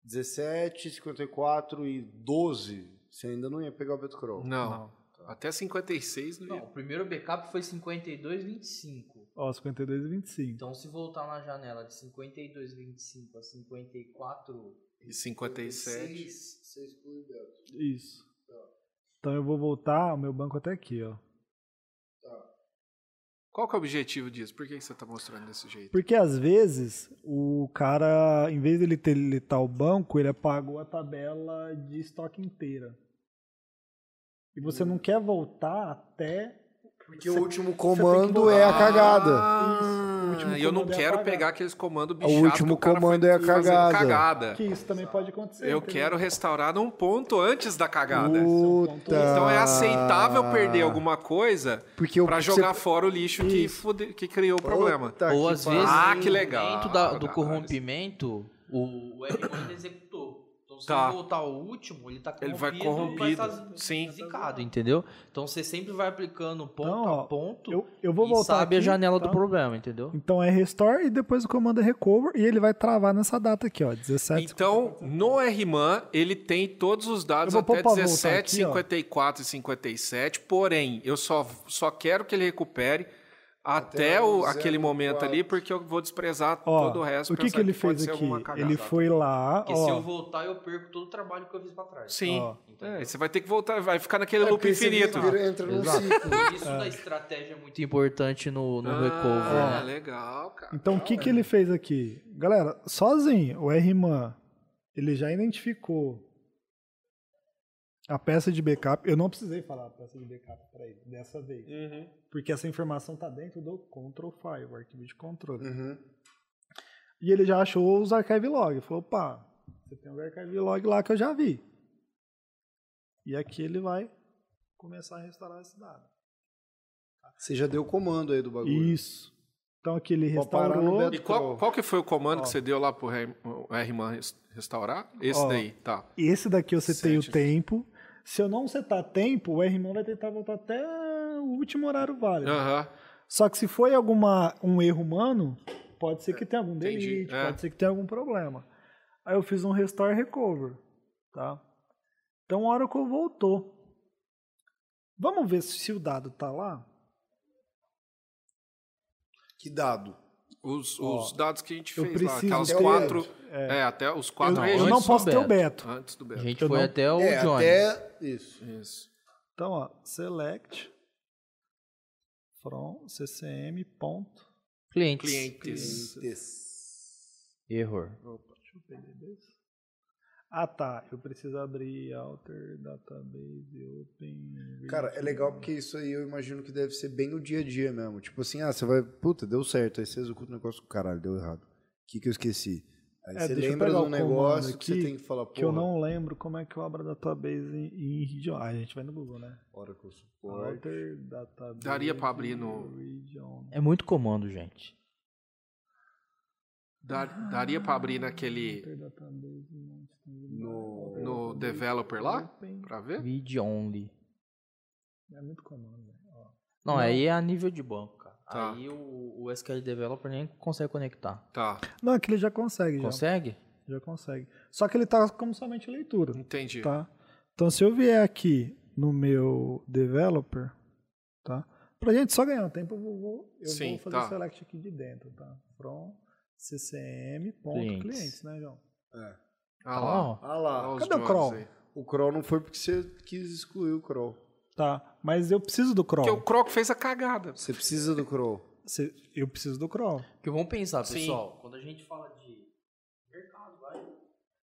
17, 54 e 12, você ainda não ia pegar o Beto Kroll. Não. Até 56 não ia. Não, o primeiro backup foi 52,25. Ó, 52 e 25. Então, se voltar na janela de 52,25 a 54, E 57. Isso. Então eu vou voltar o meu banco até aqui, ó. Qual que é o objetivo disso? Por que que você tá mostrando desse jeito? Porque às vezes o cara, em vez dele deletar o banco, ele apagou a tabela de estoque inteira. E você não quer voltar até. Porque o último comando comando é é a cagada. Isso, o Ah, último e eu não comando é quero apagar. pegar aqueles comandos O bichados. último que o cara foi comando é a fazendo cagada. Que isso também pode acontecer. Eu entendeu? quero restaurar num ponto antes da cagada. Puta. né? Então é aceitável perder alguma coisa Porque o pra jogar fora o lixo que, fude- que criou o problema. Puta ou que às pariu. vezes Ah, que no legal, momento da- do caralho. corrompimento, o, o R1 ainda executou. Então se Tá. ele voltar o último, ele tá corrompido, Ele vai e corrompido, vai tá sim. zicado, entendeu? Então você sempre vai aplicando ponto Então, ó, a ponto Eu, eu vou e voltar. sabe a aqui, janela tá? do problema, entendeu? Então é restore e depois o comando é recover e ele vai travar nessa data aqui, ó, 17. Então, no RMAN, ele tem todos os dados Eu vou até pôr pra voltar 17, aqui, ó. 54 e 57. Porém, eu só, só quero que ele recupere até, Até o- o aquele 04. momento ali, porque eu vou desprezar Ó, todo o resto. o que, pensar que ele pode fez ser aqui? alguma cagada. Ele foi lá, Porque se eu ó. voltar, eu perco todo o trabalho que eu fiz pra trás. Sim. Ó. É, você vai ter que voltar, vai ficar naquele É, loop porque você infinito. vira- entra num Exato. ciclo. Por isso da estratégia é muito importante no, no recover, Ah, né? legal, cara. Então o que, que ele fez aqui? Galera, sozinho, o RMAN, ele já identificou a peça de backup. Eu não precisei falar a peça de backup para ele dessa vez, Uhum. porque essa informação tá dentro do control file, o arquivo de controle. Uhum. E ele já achou os archive log. Falou, opa, você tem um archive log lá que eu já vi. E aqui ele vai começar a restaurar esse dado. Você já deu o comando aí do bagulho. Isso. Então aqui ele Vou parar no restaurou. Beto. E qual, qual que foi o comando Ó. que você deu lá pro R- o R-Man res- restaurar? Esse Ó. daí, tá. Esse daqui eu setei Sete. o tempo. Se eu não setar tempo, o r vai tentar voltar até o último horário válido. Aham. Só que se foi alguma, um erro humano, pode ser que tenha algum entendi, delete, é. pode ser que tenha algum problema. Aí eu fiz um restore recover, tá? Então o Oracle voltou. Vamos ver se o dado tá lá? Que dado? Os, Ó, os dados que a gente eu fez lá, preciso aquelas ter o quatro. Beto. É. até os Eu, quatro eu registros. não só posso ter o Beto. Beto. Antes do A Beto. gente Eu foi não- até o é, Johnny. até isso. Isso. Então, ó, select from ccm. Ponto. Clientes. Clientes. Error. Opa, deixa eu perder desse. Ah tá, eu preciso abrir alter database open. Cara, é legal porque isso aí eu imagino que deve ser bem o dia a dia mesmo. Tipo assim, ah, você vai, puta, deu certo. Aí você executa o negócio, caralho, deu errado. O que, que eu esqueci? Aí É, você deixa eu lembra de um pegar o comando negócio que aqui, você tem que falar, porra, Que eu não lembro como é que eu abro a database em, em region. Ah, a gente vai no Google, né? Oracle Support. Alter database. Daria pra abrir no- Region. É muito comando, gente. Dar- daria pra abrir naquele. Alter database. não, No- alter no database developer lá? open. Pra ver? Read only. É muito comando, velho. Ó. Não, Não. aí é a nível de banco, cara. Tá. Aí o, o SQL Developer nem consegue conectar. Tá, Não, aqui ele já consegue, já. Consegue? Já consegue. Só que ele tá como somente leitura. entendi. tá? Então, se eu vier aqui no meu developer, tá? Pra gente só ganhar tempo, eu vou, vou- eu Sim, vou fazer tá. o select aqui de dentro, tá? From Clientes. ccm.clientes, né, João? Ah lá. Ó, Ah Ah, lá, os cadê o Johns crawl? aí. o crawl não foi porque você quis excluir o crawl. Tá, mas eu preciso do Porque o crawl. Croc fez a cagada. Você precisa do crawl. Cê- Eu... preciso do crawl. Porque vamos pensar, Sim. pessoal, quando a gente fala de mercado, vai.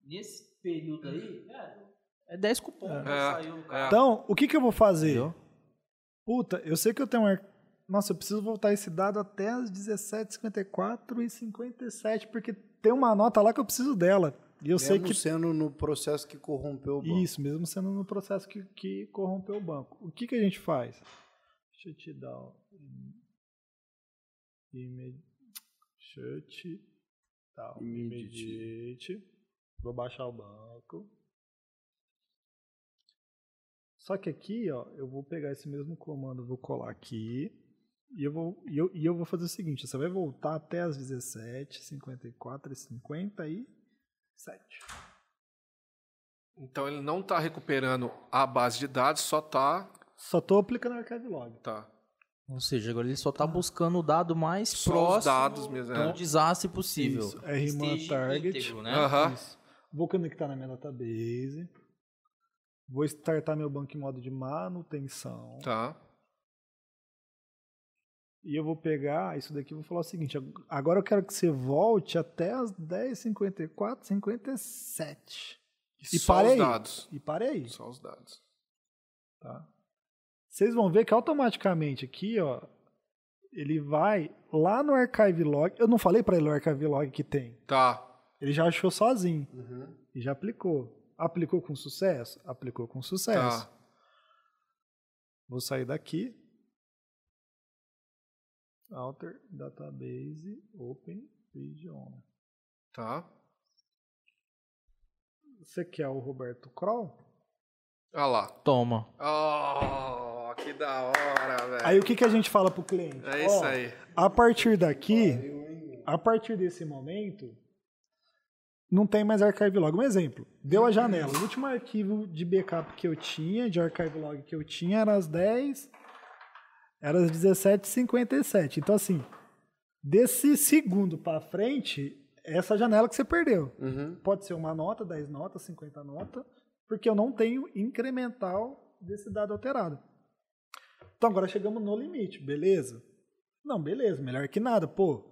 Nesse período aí, velho, é 10 cupons É. que É, saiu no cara. Então, o que que eu vou fazer? Entendeu? Puta, eu sei que eu tenho um... ar- Nossa, eu preciso voltar esse dado até as 17h54 e 57, porque tem uma nota lá que eu preciso dela. E eu Mesmo sei que sendo no processo que corrompeu o banco. Isso, mesmo sendo no processo que, que corrompeu o banco. O que, que a gente faz? Deixa eu te dar o. ime- Deixa eu te dar o Immediate. immediate. Vou baixar o banco. Só que aqui, ó, eu vou pegar esse mesmo comando, vou colar aqui. E eu vou, e eu, e eu vou fazer o seguinte: você vai voltar até as 17h54 e 57. Então ele não tá recuperando a base de dados, só tá. Só tô aplicando o archive log. Tá. Ou seja, agora ele só tá buscando o dado mais Só próximo os dados mesmo. do é. desastre possível. um Isso, R-man Esteja target. íntegro, né? Aham. Isso. Vou conectar na minha database. Vou startar meu banco em modo de manutenção. Tá. E eu vou pegar isso daqui e vou falar o seguinte: ag- agora eu quero que você volte até as 10h54, 57. E só pare os aí. dados. E pare aí. Só os dados. tá? Vocês vão ver que automaticamente aqui, ó, ele vai lá no archive log. Eu não falei para ele o archive log que tem. Tá. Ele já achou sozinho. Uhum. e já aplicou. Aplicou com sucesso? Aplicou com sucesso. Tá. Vou sair daqui. Alter database open region. Tá. Você quer o Roberto Kroll? Ah lá. Toma. Oh, que da hora, velho. Aí o que, que a gente fala pro cliente? É isso Ó, aí. A partir daqui, a partir desse momento, não tem mais archive log. Um exemplo, deu a janela. O último arquivo de backup que eu tinha, de archive log que eu tinha, era às 10, era às 17h57. Então, assim, desse segundo pra frente, é essa janela que você perdeu. Uhum. Pode ser uma nota, 10 notas, 50 notas, porque eu não tenho incremental desse dado alterado. Então agora chegamos no limite, beleza? Não, beleza, melhor que nada, pô.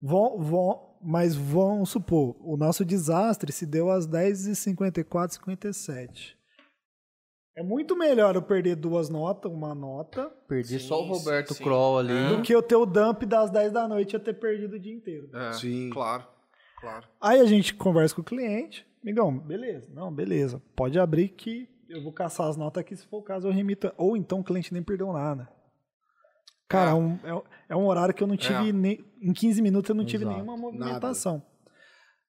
Vão, vão, mas vamos supor, o nosso desastre se deu às 10h54, 57. É muito melhor eu perder duas notas, uma nota, Perdi Sim, só o sim, Roberto sim. Kroll ali. Hã? do que eu ter o dump das 10 da noite e eu ter perdido o dia inteiro. É, Sim. Claro, claro. Aí a gente conversa com o cliente. Migão, beleza. Não, beleza. Pode abrir que eu vou caçar as notas aqui, se for o caso, eu remito. Ou então o cliente nem perdeu nada. Cara, é, um, é um- é um horário que eu não tive. Ah. É. nem- em 15 minutos eu não tive Exato. nenhuma movimentação.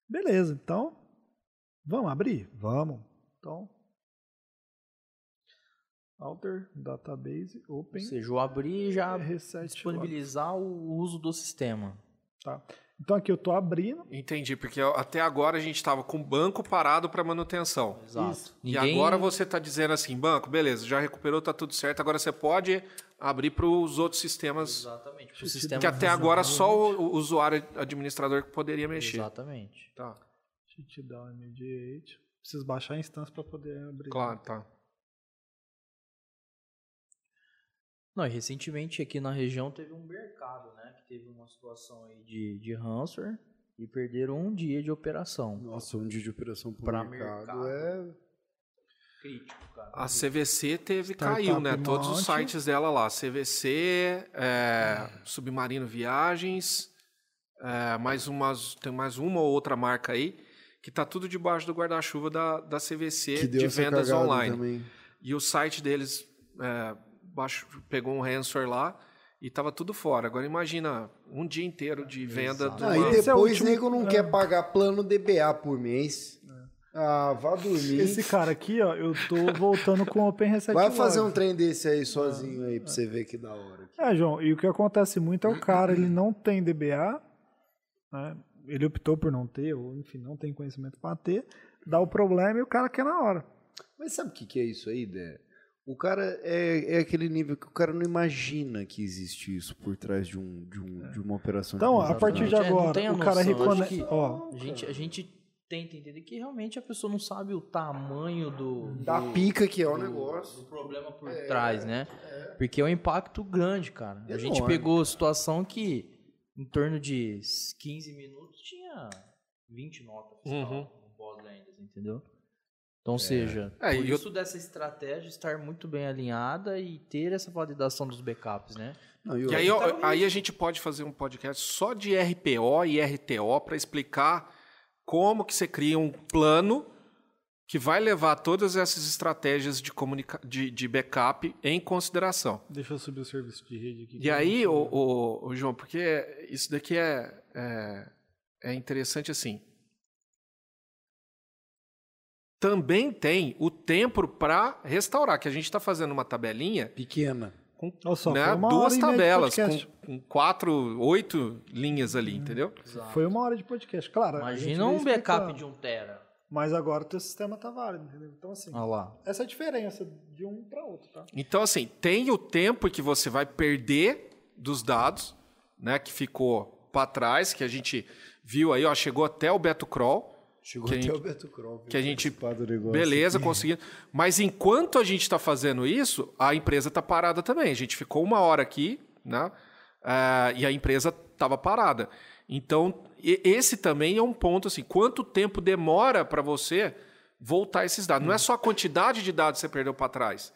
Beleza, então. Vamos abrir? Vamos. Então. Alter, database, Ou open. seja, eu abri e já reset. disponibilizar o uso do sistema. Tá. Então aqui eu tô abrindo. Entendi, porque eu- até agora a gente estava com o banco parado para manutenção. Exato. Isso. E agora você está dizendo assim, banco, beleza, já recuperou, tá tudo certo, agora você pode abrir para os outros sistemas, Exatamente. pro sistema que até funcionar. agora só o, o usuário administrador que poderia mexer. Exatamente. Tá, Shutdown immediate. Preciso baixar a instância para poder abrir. claro, tá. Não, e recentemente aqui na região teve um mercado, né? Que teve uma situação aí de, de ransomware e perderam um dia de operação. Nossa, um dia de operação por Pra mercado, mercado. é. Crítico, cara. A CVC teve, Startup caiu, né? Todos os Mount. sites dela lá, CVC, é, Submarino Viagens, é, mais umas, tem mais uma ou outra marca aí, que tá tudo debaixo do guarda-chuva da, da Que CVC deu de essa vendas cagada né? online. Também. E o site deles é, baixo- pegou um ransomware lá e tava tudo fora. Agora imagina um dia inteiro de venda Exato. do. Ah, e Esse depois é o último- nego não quer pagar plano DBA por mês. Ah, vá dormir. Esse cara tá aqui, ó, eu tô voltando com o Open Reset. Vai fazer um Log. trem desse aí Ah, sozinho aí pra você ver que da hora. É, João, e o que acontece muito é o cara, ele não tem DBA, né? Ele optou por não ter, ou enfim, não tem conhecimento para ter, dá o problema e o cara quer na hora. Mas sabe o que, que é isso aí, Dé? O cara é, é aquele nível que o cara não imagina que existe isso por trás de, um, de, um, de uma operação. né? Então, de a partir de É, não agora, tem a o cara noção, acho reconhece. que- Ó, A gente, a gente tenta entender que realmente a pessoa não sabe o tamanho do, Da do- pica que é o do- negócio. do problema por trás, né? Porque é um impacto grande, cara. A gente Enorme. pegou situação que em torno de 15 minutos tinha 20 notas fiscal Uhum. no boss lendas, entendeu? Então, seja, É, por e eu- isso dessa estratégia estar muito bem alinhada e ter essa validação dos backups, né? Não, E outra? aí, ó, aí a gente pode fazer um podcast só de RPO e RTO para explicar como que você cria um plano que vai levar todas essas estratégias de, comunica de, de backup em consideração. deixa eu subir o serviço de rede aqui. E aí, o, João, porque isso daqui é, é, é interessante assim. Também tem o tempo para restaurar, que a gente está fazendo uma tabelinha Pequena. Olha só, né, foi uma duas hora e meia de tabelas podcast. Uhum. com, com quatro, oito linhas ali, entendeu? Foi uma hora de podcast, claro. a gente Imagina veio um backup explicar, de um tera. Mas agora o teu sistema tá válido, entendeu? Então, assim, Olha lá. essa é a diferença de um para outro, tá? Então, assim, tem o tempo que você vai perder dos dados, né? Que ficou para trás, que a gente viu aí, ó, chegou até o Beto Kroll. Chegou Que a até gente- o Beto Kroll. que a gente- participar do negócio. Beleza, conseguindo. Mas enquanto a gente está fazendo isso, a empresa está parada também. A gente ficou uma hora aqui, né? Ah, e a empresa estava parada. Então, e- esse também é um ponto assim. Quanto tempo demora para você voltar esses dados? Hum. Não é só a quantidade de dados que você perdeu para trás,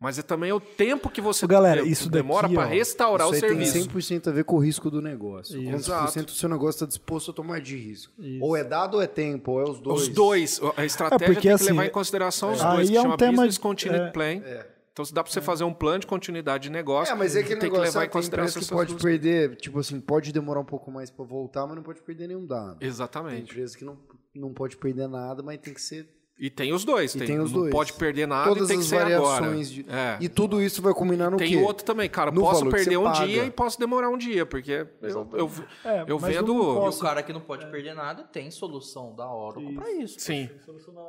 mas é também o tempo que você Ô, galera, de- isso demora daqui, para ó, restaurar Isso o aí tem serviço. 100% a ver com o risco do negócio. Isso. Quantos por Exato. cento o seu negócio está disposto a tomar de risco? Isso. Ou é dado ou é tempo, ou é os dois. Os dois. A estratégia É, porque, tem que assim, levar em consideração os aí dois, que é um chama tema Business de- Continuity é. Plan. Então dá para você fazer um plano de continuidade de negócio. É, mas é aquele tem que negócio levar sabe, tem em empresa consideração que essas pode duas- perder, tipo assim, pode demorar um pouco mais pra voltar, mas não pode perder nenhum dado. Tem Exatamente. empresa que não, não pode perder nada, mas tem que ser. E tem os dois. E Tem, tem os não dois. pode perder nada Todas e tem que as ser agora. variações. de- É. E tudo isso vai combinar no tem quê? outro também, cara. No posso valor que perder você um paga. dia e posso demorar um dia, porque eu, eu, É, eu mas vendo. não E o posso- cara que não pode perder nada tem solução da Oracle pra isso. Sim.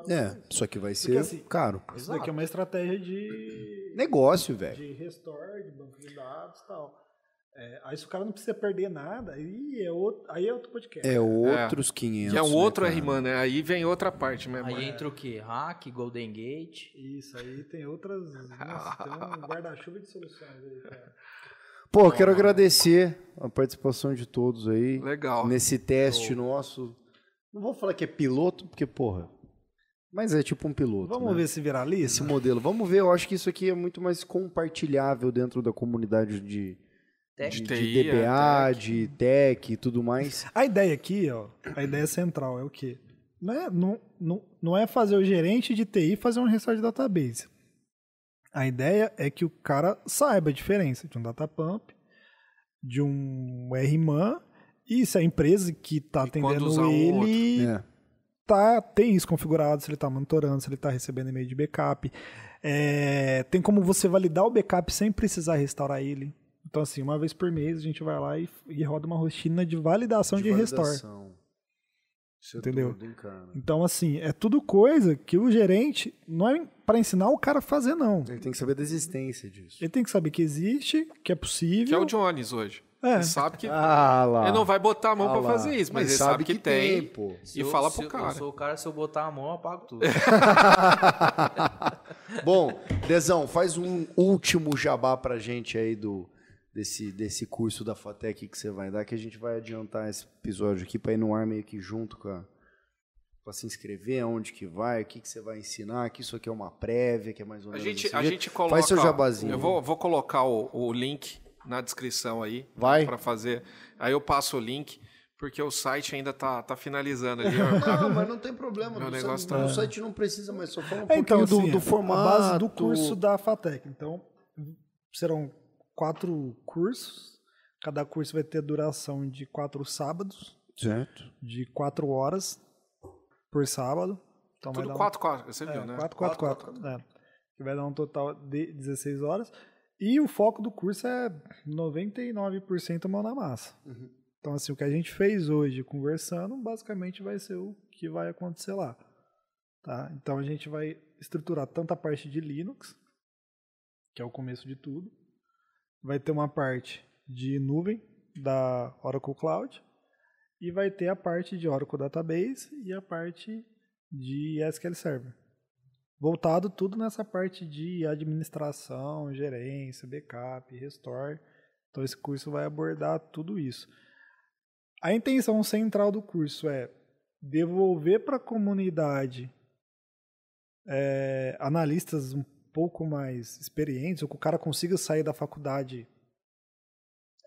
É, só que vai ser Porque assim- caro. Isso daqui é uma estratégia de, Negócio, velho. de restore, de banco de dados e tal. É, aí se o cara não precisa perder nada, aí é outro, aí é outro podcast. É outros 500. E é um né, outro cara? R, mano. né? Aí vem outra parte, né, mano? Aí entra o quê? Hack, Golden Gate. Isso, aí tem outras. Nossa, tem [laughs] um guarda-chuva de soluções aí, né? cara. Pô, quero agradecer a participação de todos aí. Legal. Nesse teste nosso. Não vou falar que é piloto, porque, porra. Mas é tipo um piloto. Vamos né? ver se viraliza? esse modelo. Vamos ver, eu acho que isso aqui é muito mais compartilhável dentro da comunidade de, Tech. de, É. De de TI, DBA, de tech e tudo mais. A ideia aqui, ó, a ideia central é o quê? Não é, não, não, não é fazer o gerente de TI fazer um restore de database. A ideia é que o cara saiba a diferença de um data pump, de um RMAN, e se a empresa que está E quando atendendo usar um ou ele É. tá, tem isso configurado, se ele está monitorando, se ele está recebendo e-mail de backup. É, tem como você validar o backup sem precisar restaurar ele. Então, assim, uma vez por mês a gente vai lá e, e roda uma rotina de validação de, restore. validação. Isso é Entendeu? tudo, hein, cara? Então, assim, é tudo coisa que o gerente não é para ensinar o cara a fazer, não. Ele tem que saber da existência disso. Ele tem que saber que existe, que é possível. Que é o Jones hoje. É. Ele sabe que. Ah lá. Ele não vai botar a mão Ah pra lá. fazer isso, mas, ele sabe, que, tem. pô. E fala pro se eu- cara. É. Eu sou o cara, se eu botar a mão, eu apago tudo. [laughs] Bom, Dezão, faz um último jabá pra gente aí do desse, desse curso da Fatec que você vai dar, que a gente vai adiantar esse episódio aqui pra ir no ar meio que junto com a pra se inscrever, aonde que vai, o que, que você vai ensinar, que isso aqui é uma prévia, que é mais ou A menos gente, desse a jeito. gente coloca. Faz seu jabazinho. Eu vou, vou colocar o, o link na descrição aí. Vai. Pra fazer. Aí eu passo o link, porque o site ainda tá, tá [laughs] finalizando ali. Eu- Não, mas não tem problema. Meu do site- negócio tá- O site não precisa, mas só fala um É, pouquinho então, do, assim, do a formato. base do curso da FATEC. Então, serão quatro cursos. Cada curso vai ter duração de quatro sábados, Certo. de quatro horas por sábado. Então vai Tudo dar um- 4, 4, você viu, é, né? 4, 4, 4. É, que vai dar um total de 16 horas. E o foco do curso é 99% mão na massa. Uhum. Então, assim, o que a gente fez hoje conversando, basicamente vai ser o que vai acontecer lá. Tá? Então, a gente vai estruturar tanto a parte de Linux, que é o começo de tudo. Vai ter uma parte de nuvem da Oracle Cloud. E vai ter a parte de Oracle Database e a parte de SQL Server. Voltado tudo nessa parte de administração, gerência, backup, restore. Então esse curso vai abordar tudo isso. A intenção central do curso é devolver para a comunidade eh, analistas um pouco mais experientes, ou que o cara consiga sair da faculdade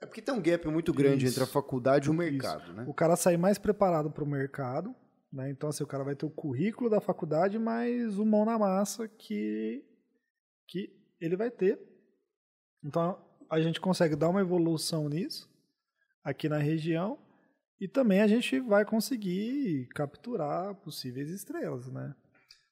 É porque tem um gap muito grande Isso. entre a faculdade e o mercado, né? O cara sai mais preparado para o mercado, né? Então, assim, o cara vai ter o currículo da faculdade, mais o mão na massa que, que ele vai ter. Então, a gente consegue dar uma evolução nisso aqui na região e também a gente vai conseguir capturar possíveis estrelas, né?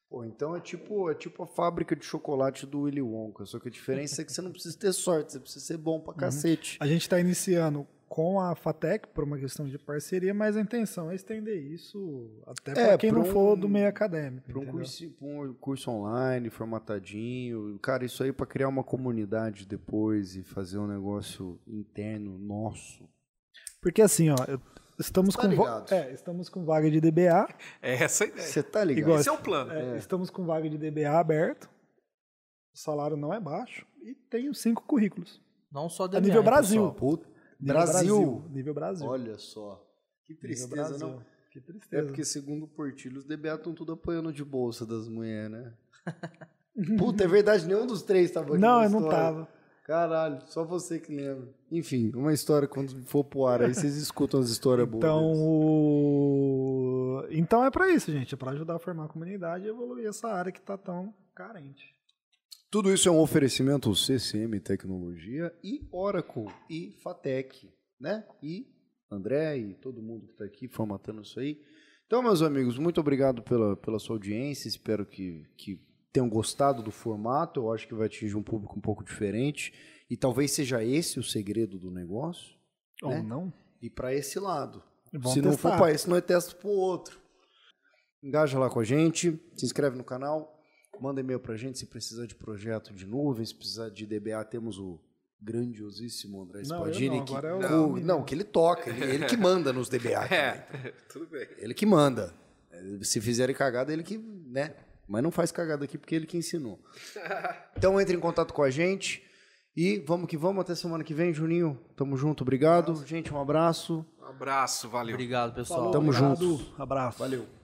Pô, então é tipo, é tipo a fábrica de chocolate do Willy Wonka, só que a diferença é que você não precisa ter sorte, você precisa ser bom Uhum. pra cacete. A gente está iniciando com a FATEC por uma questão de parceria, mas a intenção é estender isso até para É, quem pra não for um- do meio acadêmico. Pra um, entendeu? curso, pra um curso online, formatadinho. Cara, isso aí é pra criar uma comunidade depois e fazer um negócio interno nosso. Porque assim, ó, eu- estamos, Tá com va- ligado. é, estamos com vaga de DBA. É essa a ideia. Você tá ligado? Igual- Esse é o plano. é, Estamos com vaga de DBA aberto. O salário não é baixo. E tenho cinco currículos. Não só É DBA. nível Brasil. Só, puta- Nível Brasil. Nível Brasil. Olha só. Que Nível tristeza, Brasil. não. Que É tristeza. porque, segundo o Portilho, os DBA estão tudo apanhando de bolsa das mulheres, né? [laughs] Puta, é verdade, nenhum dos três tava aqui Não, na eu não história. tava. Caralho, só você que lembra. Enfim, uma história quando for pro ar aí, vocês [laughs] escutam as histórias boas. Então, deles. o... então é pra isso, gente. É pra ajudar a formar a comunidade e evoluir essa área que tá tão carente. tudo isso é um oferecimento ao CCM Tecnologia e Oracle e Fatec, né? E André e todo mundo que tá aqui formatando isso aí. Então, meus amigos, muito obrigado pela, pela sua audiência. Espero que, que tenham gostado do formato. Eu acho que vai atingir um público um pouco diferente. E talvez seja esse o segredo do negócio. Ou Né? não? E para esse lado. Vamos se não for É testar. para esse, nós testa pro outro. Engaja lá com a gente, se inscreve no canal, manda e-mail pra gente se precisar de projeto de nuvem, se precisar de DBA, temos o grandiosíssimo André Não, eu Spadini. não, que, agora é o- não, não, que ele toca, ele, ele que manda nos DBA. cara. É, [laughs] tudo bem. Ele que manda. Se fizerem cagada, ele que, né? Mas não faz cagada aqui porque ele que ensinou. Então entre em contato com a gente e vamos que vamos até semana que vem, Juninho. Tamo junto, obrigado. Gente, um abraço. Um abraço, valeu. Obrigado, pessoal. Falou, Tamo obrigado, juntos. Abraço. Valeu.